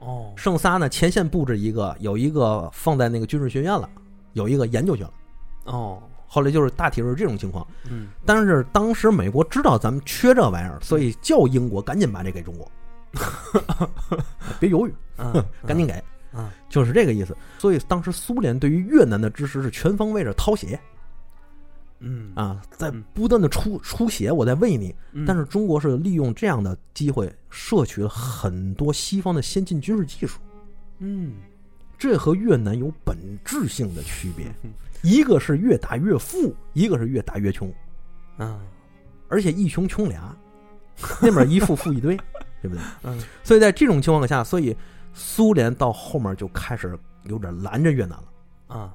哦
剩仨呢，前线布置一个，有一个放在那个军事学院了，有一个研究去了。
哦，
后来就是大体是这种情况，
嗯
但是当时美国知道咱们缺这玩意儿，所以叫英国赶紧把这给中国，别犹豫，，
嗯
*laughs*
*laughs*
赶紧给，
嗯
就是这个意思。所以当时苏联对于越南的支持是全方位的掏血
嗯，
啊，在不断的出出血，我在喂你。
嗯
但是中国是利用这样的机会，摄取了很多西方的先进军事技术。
嗯
这和越南有本质性的区
*laughs*
别
嗯，
一个是越打越富，一个是越打越穷，
嗯
而且一穷穷俩， *laughs* 那边一富富一 *laughs* 堆，对不对？
嗯
所以在这种情况下，所以苏联到后面就开始有点拦着越南了，
啊，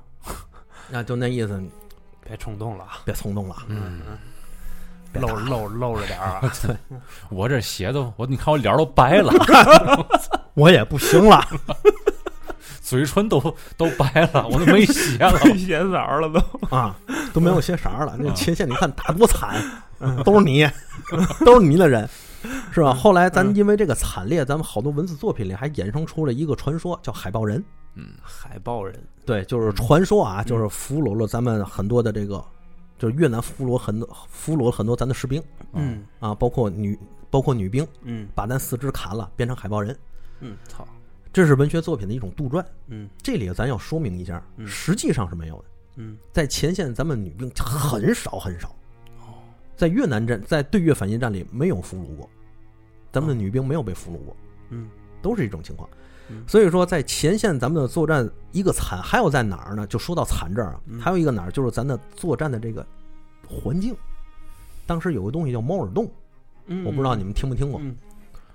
那就那意思，你
别冲动了啊，
别冲动了，
嗯，
别
露
打
着
了
露着露着点 *laughs* 儿啊，
我这鞋都我你看我脸儿都白了， *laughs*
我也不行了，
嘴唇都都白了，我都没鞋 *laughs* 了。
鞋色儿了都。
*laughs* 啊，都没有些啥了。那前线你看打多惨，都是 *laughs* 你，都是你的人，是吧？后来咱因为这个惨烈，咱们好多文字作品里还衍生出了一个传说，叫海豹人。
嗯，
海豹人，
对，就是传说啊，就是俘虏了咱们很多的这个，就是越南俘虏很多俘虏了很多咱的士兵
嗯
嗯
啊，包括女包括女兵，
嗯
把咱四肢砍了，变成海豹人。
嗯，操，
这是文学作品的一种杜撰。
嗯
这里咱要说明一下，
嗯
实际上是没有的。
嗯
在前线，咱们女兵很少很少。
哦
在越南战，在对越反击战里没有俘虏过，咱们的女兵没有被俘虏过，
哦嗯
都是一种情况
嗯。
所以说，在前线咱们的作战一个惨，还有在哪儿呢？就说到惨这儿啊，
嗯
还有一个哪儿就是咱的作战的这个环境。当时有个东西叫猫耳洞，
嗯，
我不知道你们听没听过，
嗯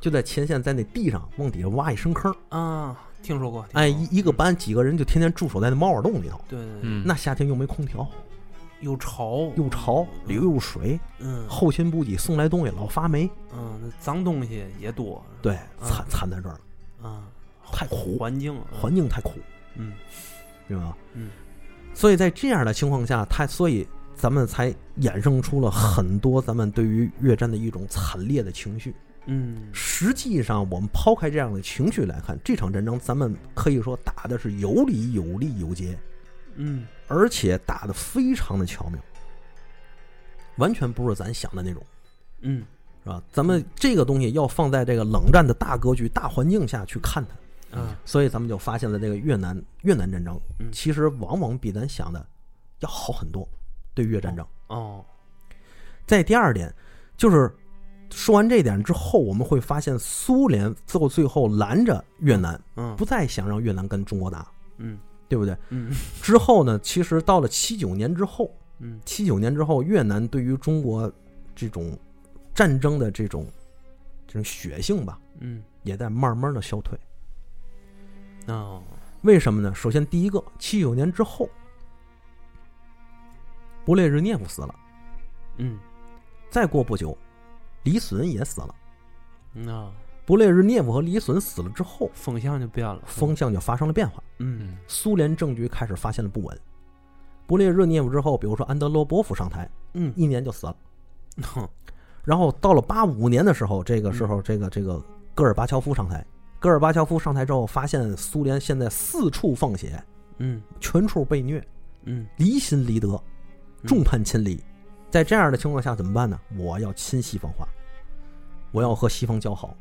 就在前线，在那地上往底下挖一深坑，
啊，听说过，听
哎，
说过
一一个班几个人就天天驻守在那猫耳洞里头。
对对对，
嗯，
那夏天又没空调，
又潮
又潮，里又有水，
嗯
后勤补给送来东西老发霉，
嗯，那脏东西也多，
对，
嗯
惨惨在这儿了，
啊，
太苦，
环境啊
环境太苦，
嗯
明白吧？
嗯，
所以在这样的情况下，他所以咱们才衍生出了很多咱们对于越战的一种惨烈的情绪。
嗯
实际上，我们抛开这样的情绪来看，这场战争咱们可以说打的是有理有利有节，
嗯
而且打的非常的巧妙，完全不是咱想的那种。
嗯，
是吧？咱们这个东西要放在这个冷战的大格局、大环境下去看它，
啊
所以咱们就发现了这个越南越南战争，
嗯
其实往往比咱想的要好很多。对越战争，
哦，
在第二点就是说完这一点之后，我们会发现苏联最后最后拦着越南，
嗯
不再想让越南跟中国打，
嗯
对不对？
嗯
之后呢，其实到了七九年之后，
嗯
七九年之后，越南对于中国这种战争的这种这种血性吧，
嗯
也在慢慢的消退。
哦，
为什么呢？首先，第一个，七九年之后，勃列日涅夫死了，
嗯
再过不久，李隼也死了。
那
勃列日涅夫和李隼死了之后，
哦风向就变了，
风向就发生了变化，
嗯
嗯
苏联政局开始发现了不稳。勃列日涅夫之后，比如说安德罗波夫上台，
嗯
一年就死了。
哼
然后到了八五年的时候，这个时候，这个这个戈尔巴乔夫上台。戈尔巴乔夫上台之后，发现苏联现在四处放血，
嗯
全处被虐，
嗯
离心离德，众叛亲离。在这样的情况下怎么办呢？我要亲西方化，我要和西方交好，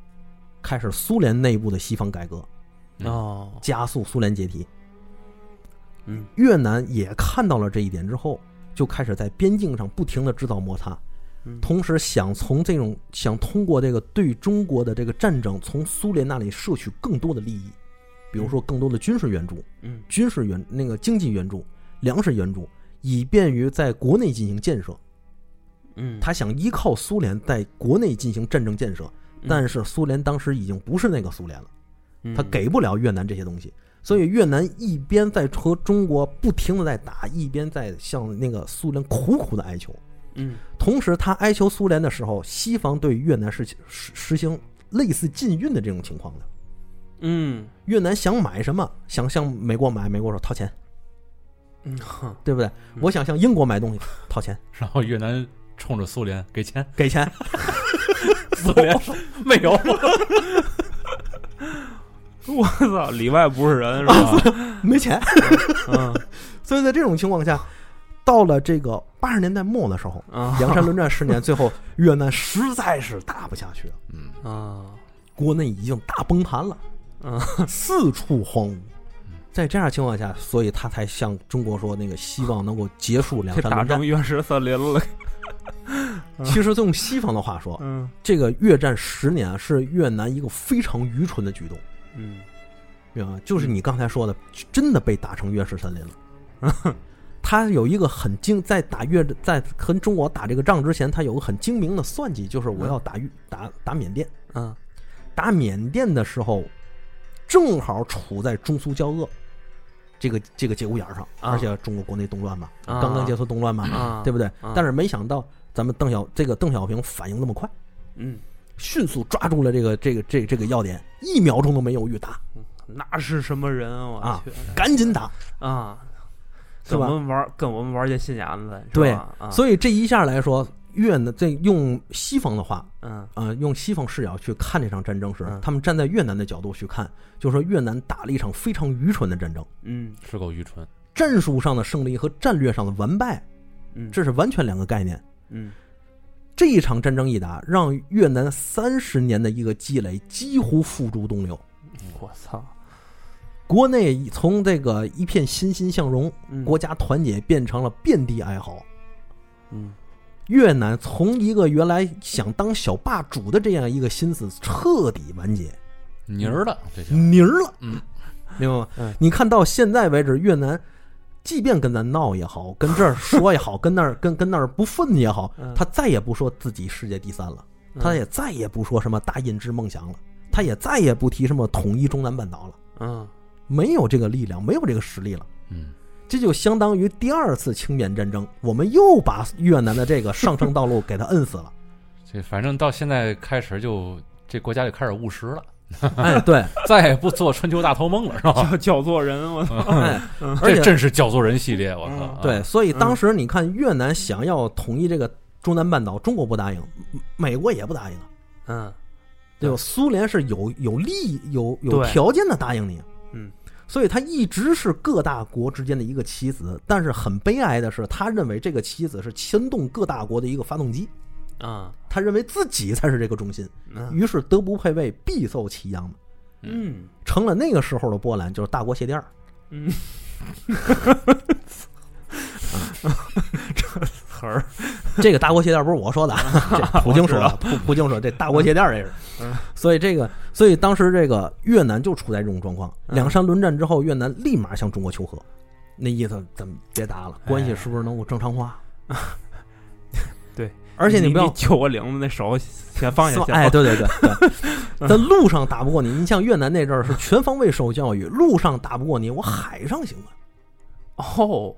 开始苏联内部的西方改革，
哦
加速苏联解体。
嗯
越南也看到了这一点之后，就开始在边境上不停的制造摩擦，
嗯
同时想从这种想通过这个对中国的这个战争，从苏联那里摄取更多的利益，比如说更多的军事援助、
嗯
军事援那个经济援助、粮食援助，以便于在国内进行建设。
嗯，
他想依靠苏联在国内进行战争建设，
嗯
但是苏联当时已经不是那个苏联了，他给不了越南这些东西，所以越南一边在和中国不停的在打，一边在向那个苏联苦苦的哀求。
嗯
同时，他哀求苏联的时候，西方对越南是实实行类似禁运的这种情况的。
嗯
越南想买什么，想向美国买，美国说掏钱，
嗯哼
对不对？我想向英国买东西，掏钱，
然后越南冲着苏联给 *laughs* 钱，
给钱，
苏联没有，
我操，里外不是人是吧？
没钱。 *laughs*
嗯
所以在这种情况下，到了这个八十年代末的时候，
啊
洋山论战十年，最后越南实在是打不下去了，
嗯
啊
国内已经大崩盘了，
嗯
四处荒芜。在这样的情况下，所以他才向中国说，那个希望能够结束两
*laughs* 这
山
打
论战
成。原始森林了，
*laughs* 其实，用西方的话说，
嗯
这个越战十年啊是越南一个非常愚蠢的举动，
嗯
明白吗？就是你刚才说的，真的被打成原始森林了。 *laughs* 他有一个很精，在打越在跟中国打这个仗之前，他有个很精明的算计，就是我要打越打打缅甸，
嗯
打缅甸的时候，正好处在中苏交恶这个这个节骨眼儿上，
啊
而且中国国内动乱嘛，
啊
刚刚结束动乱嘛，
啊
对不对
啊？
但是没想到咱们邓小这个邓小平反应那么快，
嗯，
迅速抓住了这个这个这这个要点，一秒钟都没犹豫打，
那是什么人啊？我
啊
去
赶紧打。
啊！
是
跟
吧
我们玩，跟我们玩些心眼子，是吧
对
啊、
所以这一下来说，越南这用西方的话，
嗯
呃，用西方视角去看这场战争时
嗯，
他们站在越南的角度去看，就说越南打了一场非常愚蠢的战争，
嗯
是够愚蠢。
战术上的胜利和战略上的完败，
嗯，
这是完全两个概念。
嗯
这一场战争一打，让越南三十年的一个积累几乎付诸东流。
我操，
国内从这个一片欣欣向荣、
嗯
国家团结，变成了遍地哀嚎。
嗯
越南从一个原来想当小霸主的这样一个心思彻底完结，
泥儿了，这叫
泥儿了，
嗯，
明白吗？
嗯
你看到现在为止，越南即便跟咱闹也好，跟这儿说也好， *laughs* 跟那儿跟跟那儿不忿也好
嗯，
他再也不说自己世界第三了，
嗯
他也再也不说什么大印支梦想了，他也再也不提什么统一中南半岛了，
嗯
没有这个力量，没有这个实力了。
嗯，
这就相当于第二次清缅战争，我们又把越南的这个上升道路给他摁
*laughs*
死了。
这反正到现在开始就这国家就开始务实了，
哎，对，
再也不做春秋大头梦了，是 *laughs* 吧？
叫叫做人，我操，
*laughs* 哎，而
嗯这
且
真是教做人系列，我靠！
嗯
啊
对，，所以当时你看越南想要统一这个中南半岛，中国不答应，美国也不答应啊，
嗯
对吧？
对
苏联是有有利益、有有
对
条件的答应你，
嗯，
所以他一直是各大国之间的一个棋子。但是很悲哀的是，他认为这个棋子是牵动各大国的一个发动机，
啊
他认为自己才是这个中心，
嗯
于是德不配位，必受其殃嘛。
嗯
成了那个时候的波兰就是大国鞋垫儿，
嗯，这词儿， *laughs*
这个大国鞋垫儿不是我说的啊，这普京说的，普普京说这大国鞋垫儿这是
嗯。
所以这个，所以当时这个越南就处在这种状况。
嗯
两山轮战之后，越南立马向中国求和，那意思咱们别打
哎
了，关系是不是能够正常化？
*laughs* 对，
*laughs* 而且
你
不要
揪我领子那手，先放下，先放 *laughs*
哎，对对对对， *laughs* 在路上打不过你，你像越南那阵儿是全方位受教育，路上打不过你，我海上行吗？啊
哦，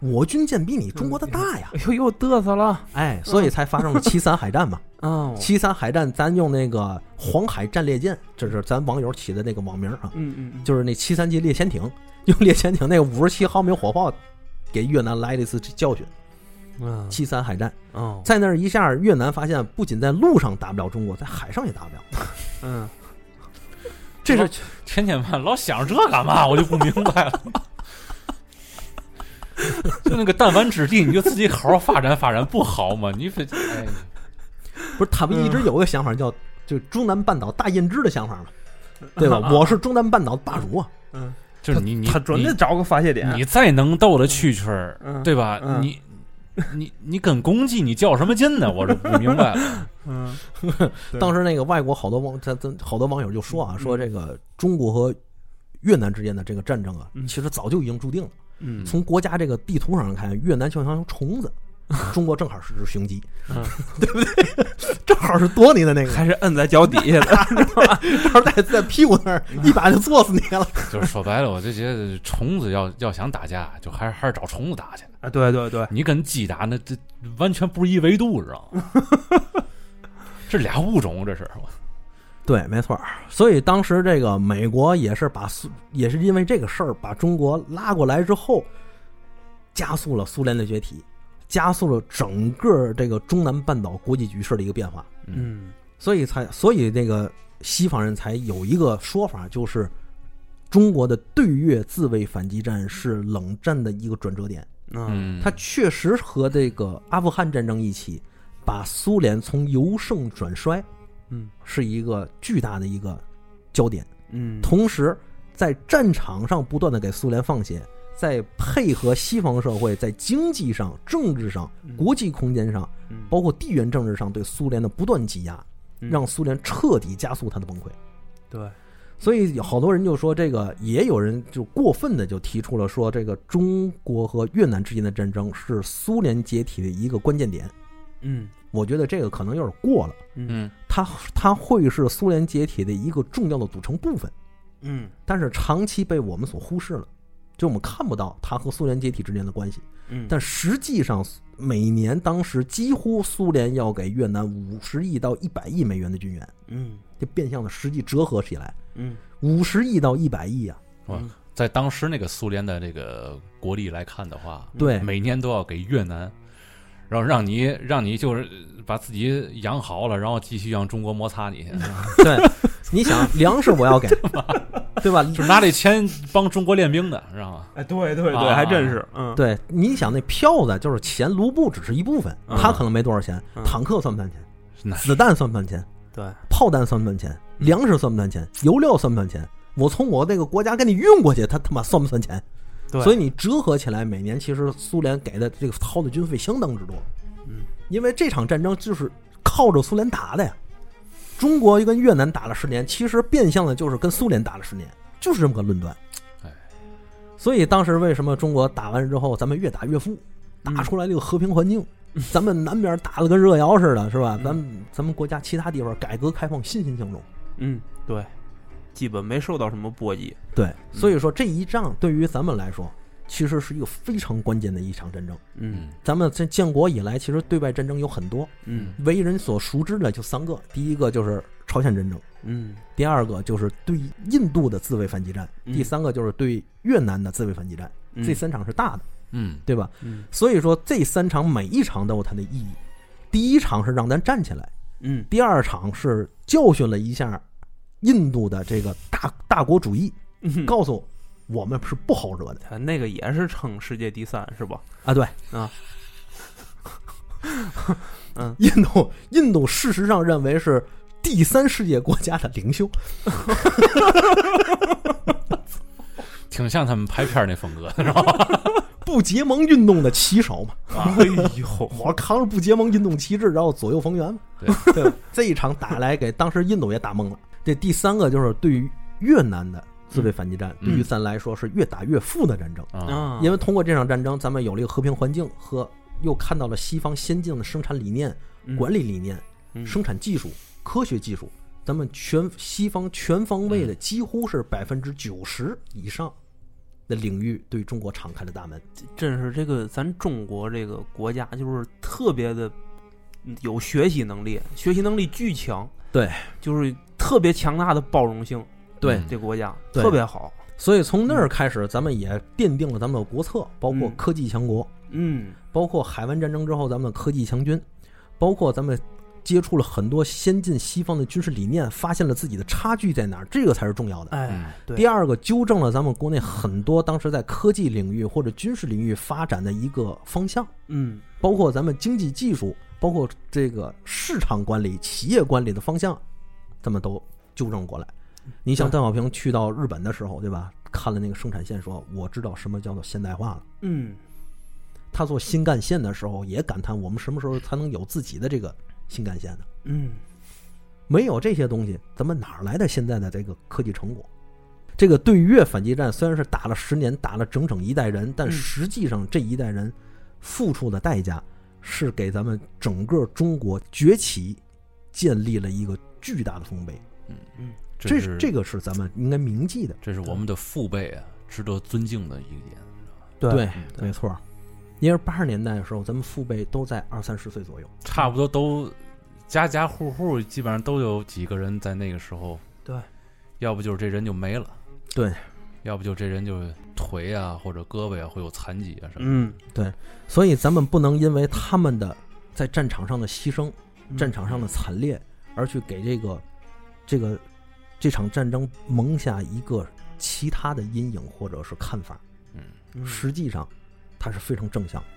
我军舰比你中国的大呀，
哎呦，又嘚瑟了，
哎，所以才发
*laughs*
生了七三海战嘛。
嗯
七三海战，咱用那个黄海战列舰，这是咱网友起的那个网名啊，
嗯嗯，嗯
就是那七三级猎潜艇， *laughs* 用猎潜艇那个五十七毫米火炮，给越南来了一次教训。
嗯
七三海战
哦
在那儿一下，越南发现不仅在路上打不了中国，在海上也打不了。
嗯，
这是
老天天盼老想着这干嘛？我就不明白了。 *laughs* 就那个弹丸之地，你就自己好好发展发展，不好吗？你非哎，
不是他们一直有个想法叫就中南半岛大印支的想
*laughs*
法嘛，对吧？我是中南半岛霸主啊，
就是你你
他准得找个发泄点，
你你再能斗的蛐蛐儿，
嗯
对吧？
嗯
你你你跟公鸡你较什么劲呢？我这不明白了。 *laughs*
嗯 *laughs* 对
当时那个外国好多网，咱咱好多网友就说啊，
嗯
说这个中国和越南之间的这个战争啊，
嗯
其实早就已经注定了。
嗯
从国家这个地图上看，越南就像虫子，中国正好是只雄鸡，
嗯
对不对？正好是躲你的那个，
还是摁在脚底下的，
正好在在屁股那儿一把就坐死你了。
就是说白了，我就觉得虫子要要想打架，就还是还是找虫子打去。
*laughs* 啊，对对对，
你跟鸡打那这完全不是一维度，知道吗？ *laughs* 这俩物种，这是
*laughs* 对，没错儿。所以当时这个美国也是把苏，也是因为这个事儿把中国拉过来之后，加速了苏联的解体，加速了整个这个中南半岛国际局势的一个变化。
嗯
所以才，所以那个西方人才有一个说法，就是中国的对越自卫反击战是冷战的一个转折点。
嗯
嗯，
它确实和这个阿富汗战争一起，把苏联从由盛转衰
嗯
是一个巨大的一个焦点。
嗯，
同时在战场上不断的给苏联放血，在配合西方社会在经济上、政治上、国际空间上，
嗯
包括地缘政治上对苏联的不断挤压，
嗯
让苏联彻底加速它的崩溃。
对，
所以有好多人就说这个，也有人就过分的就提出了说，这个中国和越南之间的战争是苏联解体的一个关键点。
嗯
我觉得这个可能有点过了，
嗯
它它会是苏联解体的一个重要的组成部分。
嗯
但是长期被我们所忽视了，就我们看不到它和苏联解体之间的关系。
嗯，
但实际上，每年当时几乎苏联要给越南五十亿到一百亿美元的军援，
嗯
这变相的实际折合起来
嗯
五十亿到一百亿啊！
在当时那个苏联的这个国力来看的话，
对，
嗯
每年都要给越南，然后让你让你就是把自己养好了，然后继续让中国摩擦
*laughs*
你，
对，你想粮食我要
*laughs*
给，对吧？
就是拿这钱帮中国练兵的，知道吗？
哎，对对对，
啊
还真是，嗯，
对，你想那票子就是钱，卢布只是一部分，
嗯
他可能没多少钱，
嗯
坦克算不算钱？
那
子弹算不算钱？
对，
炮弹算不算钱？
嗯
粮食算不算钱？油料算不算钱？我从我那个国家给你运过去，它他妈算不算钱？
对
所以你折合起来，每年其实苏联给的这个掏的军费相当之多。
嗯，
因为这场战争就是靠着苏联打的呀。中国跟越南打了十年，其实变相的就是跟苏联打了十年，就是这么个论断
哎。
所以当时为什么中国打完之后，咱们越打越富，
嗯
打出来这个和平环境，咱们南边打了跟热窑似的，是吧？
嗯
咱们咱们国家其他地方改革开放欣欣向荣。
嗯对，基本没受到什么波及，
对，所以说这一仗对于咱们来说，其实是一个非常关键的一场战争。
嗯
咱们在建国以来，其实对外战争有很多，
嗯
为人所熟知的就三个：第一个就是朝鲜战争，
嗯
第二个就是对印度的自卫反击战，
嗯
第三个就是对越南的自卫反击战。
嗯，
这三场是大的，
嗯
对吧？
嗯
所以说这三场每一场都有它的意义。第一场是让咱站起来，
嗯
第二场是教训了一下印度的这个大大国主义，
嗯，
告诉我们是不好惹的
他那个也是称世界第三是吧？
啊。对 *laughs*
啊，嗯
印度印度事实上认为是第三世界国家的领袖，
挺像他们拍片儿那风
*laughs*
格，是吧？
不结盟运动的旗手嘛。
*laughs* 哎呦，
我扛着不结盟运动旗帜，然后左右逢源嘛。
对
*laughs* 对吧，这一场打来，给当时印度也打懵了。这第三个就是对于越南的自卫反击战，
嗯
对于咱来说是越打越富的战争，
啊，
啊，
因为通过这场战争，咱们有了一个和平环境和又看到了西方先进的生产理念、
嗯
管理理念、
嗯
生产技术、科学技术。咱们全西方全方位
嗯
的，几乎是百分之九十以上的领域对中国敞开了大门。
真是这个咱中国这个国家就是特别的有学习能力，学习能力巨强，
对，
就是特别强大的包容性，
对
嗯
这国家
对
特别好，
所以从那儿开始，咱们也奠定了咱们的国策，包括
嗯
科技强国，
嗯
包括海湾战争之后咱们的科技强军，包括咱们接触了很多先进西方的军事理念，发现了自己的差距在哪儿，这个才是重要的。
哎
嗯，
对
第二个，纠正了咱们国内很多当时在科技领域或者军事领域发展的一个方向，
嗯
包括咱们经济技术，包括这个市场管理、企业管理的方向，咱们都纠正过来。你像
对
邓小平去到日本的时候，对吧？看了那个生产线说，我知道什么叫做现代化了。
嗯
他做新干线的时候也感叹，我们什么时候才能有自己的这个新干线呢？
嗯
没有这些东西，咱们哪儿来的现在的这个科技成果？这个对越反击战虽然是打了十年，打了整整一代人，但
嗯
实际上这一代人付出的代价是给咱们整个中国崛起建立了一个巨大的丰碑。
嗯，
这
是
这个是咱们应该铭记的。
这是我们的父辈啊，值得尊敬的一点。嗯
对
对，
对
没错儿。因为八十年代的时候，咱们父辈都在二三十岁左右。
差不多都家家户户基本上都有几个人在那个时候，
对，
要不就是这人就没了，
对，
要不就这人就腿啊或者胳膊啊会有残疾啊什么的，
嗯，
所以咱们不能因为他们的在战场上的牺牲、
嗯
战场上的惨烈，而去给这个这个这场战争蒙下一个其他的阴影或者是看法。
嗯，
嗯
实际上，它是非常正向的。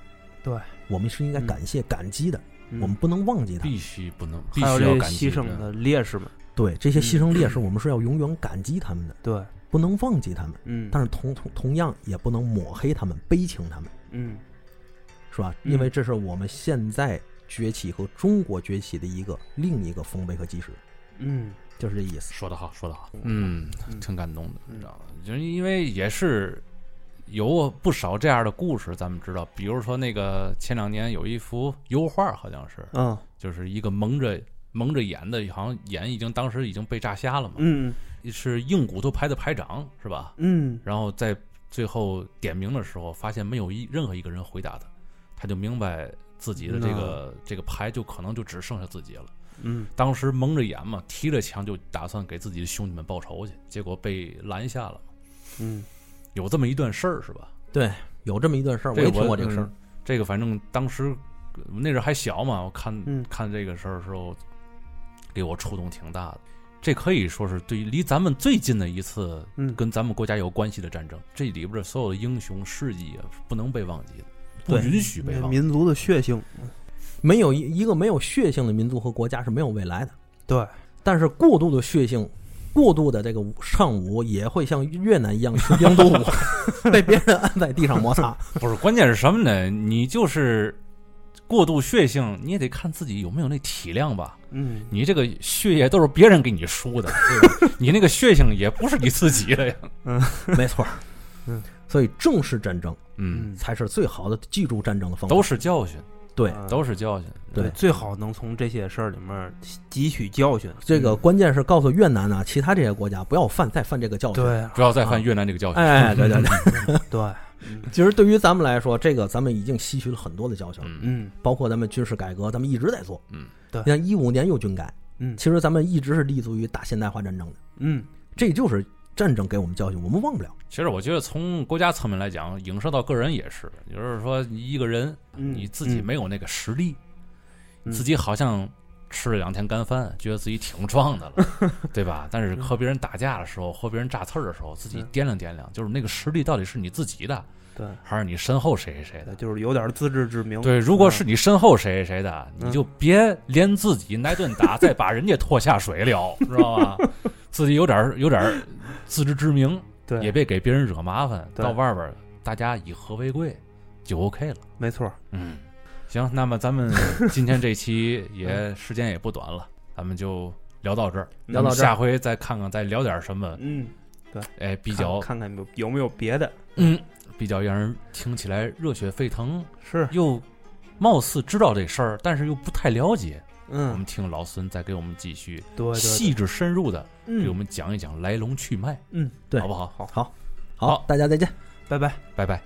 对，
我们是应该感谢、感激的，
嗯
我们不能忘记它。
必须不能，必
还有
须
这
要
些
感激
牺牲
这
的烈士们，
对这
嗯
些牺牲烈士，我们是要永远感激他们的，
对，
不能忘记他们。
嗯，
但是同同同样也不能抹黑他们、悲情他们。
嗯
是吧？
嗯
因为这是我们现在崛起和中国崛起的一个另一个丰碑和基石，
嗯
就是这意思。
说得好，说得好，嗯
嗯，
挺感动的，
嗯
你知道吗？就是因为也是有不少这样的故事，咱们知道，比如说那个前两年有一幅油画，好像是，
嗯
就是一个蒙着蒙着眼的，好像眼已经当时已经被炸瞎了嘛，
嗯
是硬骨头排的排长是吧？
嗯
然后在最后点名的时候，发现没有一任何一个人回答他，他就明白自己的这个
嗯
这个牌就可能就只剩下自己了。
嗯
当时蒙着眼嘛，提着枪就打算给自己的兄弟们报仇去，结果被拦下了。
嗯
有这么一段事儿是吧？
有这么一段事儿，我
这
也
我嗯
听过这个事儿。
这个反正当时呃那阵儿还小嘛，我看、
嗯
看这个事儿的时候，给我触动挺大的。这可以说是对于离咱们最近的一次
嗯，
跟咱们国家有关系的战争，这里边的所有的英雄事迹啊，是不能被忘记的，不
对
允许被忘记。
民族的血性，
没有一一个没有血性的民族和国家是没有未来的。
对，
但是过度的血性，过度的这个唱舞也会像越南一样去英独舞，被别人按在地上摩擦。
不是，关键是什么呢？你就是过度血性，你也得看自己有没有那体量吧。
嗯，
你这个血液都是别人给你输的，对吧你那个血性也不是你自己的呀。
没错，
嗯，
所以正视战争
嗯，
才是最好的记住战争的方法。
都是嗯教训，
对，
啊
都是教训。
对
最好能从这些事儿里面汲取教训。嗯
这个关键是告诉越南啊，其他这些国家不要犯再犯这个教训。
对啊
不要再犯越南这个 *laughs* 教训。
哎，对对对，
对，
其实对于咱们来说，这个咱们已经吸取了很多的教训了，
嗯
嗯
包括咱们军事改革，咱们一直在做。
嗯，
对
你看一五年又军改，
嗯
其实咱们一直是立足于大现代化战争的，
嗯，
这就是战争给我们教训，我们忘不了。
其实我觉得从国家层面来讲，影射到个人也是，也就是说，一个人
嗯
你自己没有那个实力，
嗯
自己好像吃了两天干饭，觉得自己挺壮的了，
*laughs*
对吧？但是
嗯
和别人打架的时候，和别人扎刺儿的时候，自己掂量掂量，就是那个实力到底是你自己的，
嗯对，
还是你身后谁谁谁的？
就是有点自知之明。
对，如果是你身后谁谁谁的，
嗯
你就别连自己挨顿打，再把人家拖下水了，知道吧？自己有点儿有点儿自知之明，
对，
也别给别人惹麻烦。
对
到外边儿，大家以和为贵，就 OK 了。
没错，
嗯，行，那么咱
*laughs*
们今天这期也时间也不短了，咱们就聊到这儿，
聊到
咱们
这儿
下回再看看，再聊点什么，
嗯，
哎，比较
看看有有没有别的，
嗯，比较让人听起来热血沸腾，
是，
又貌似知道这事儿，但是又不太了解。我
嗯
们，听老孙再给我们继续
对对，
细致深入的给我
嗯
们讲一讲来龙去脉，
嗯，
对
好不好？
好，
好
大家再见。
拜拜。
拜拜。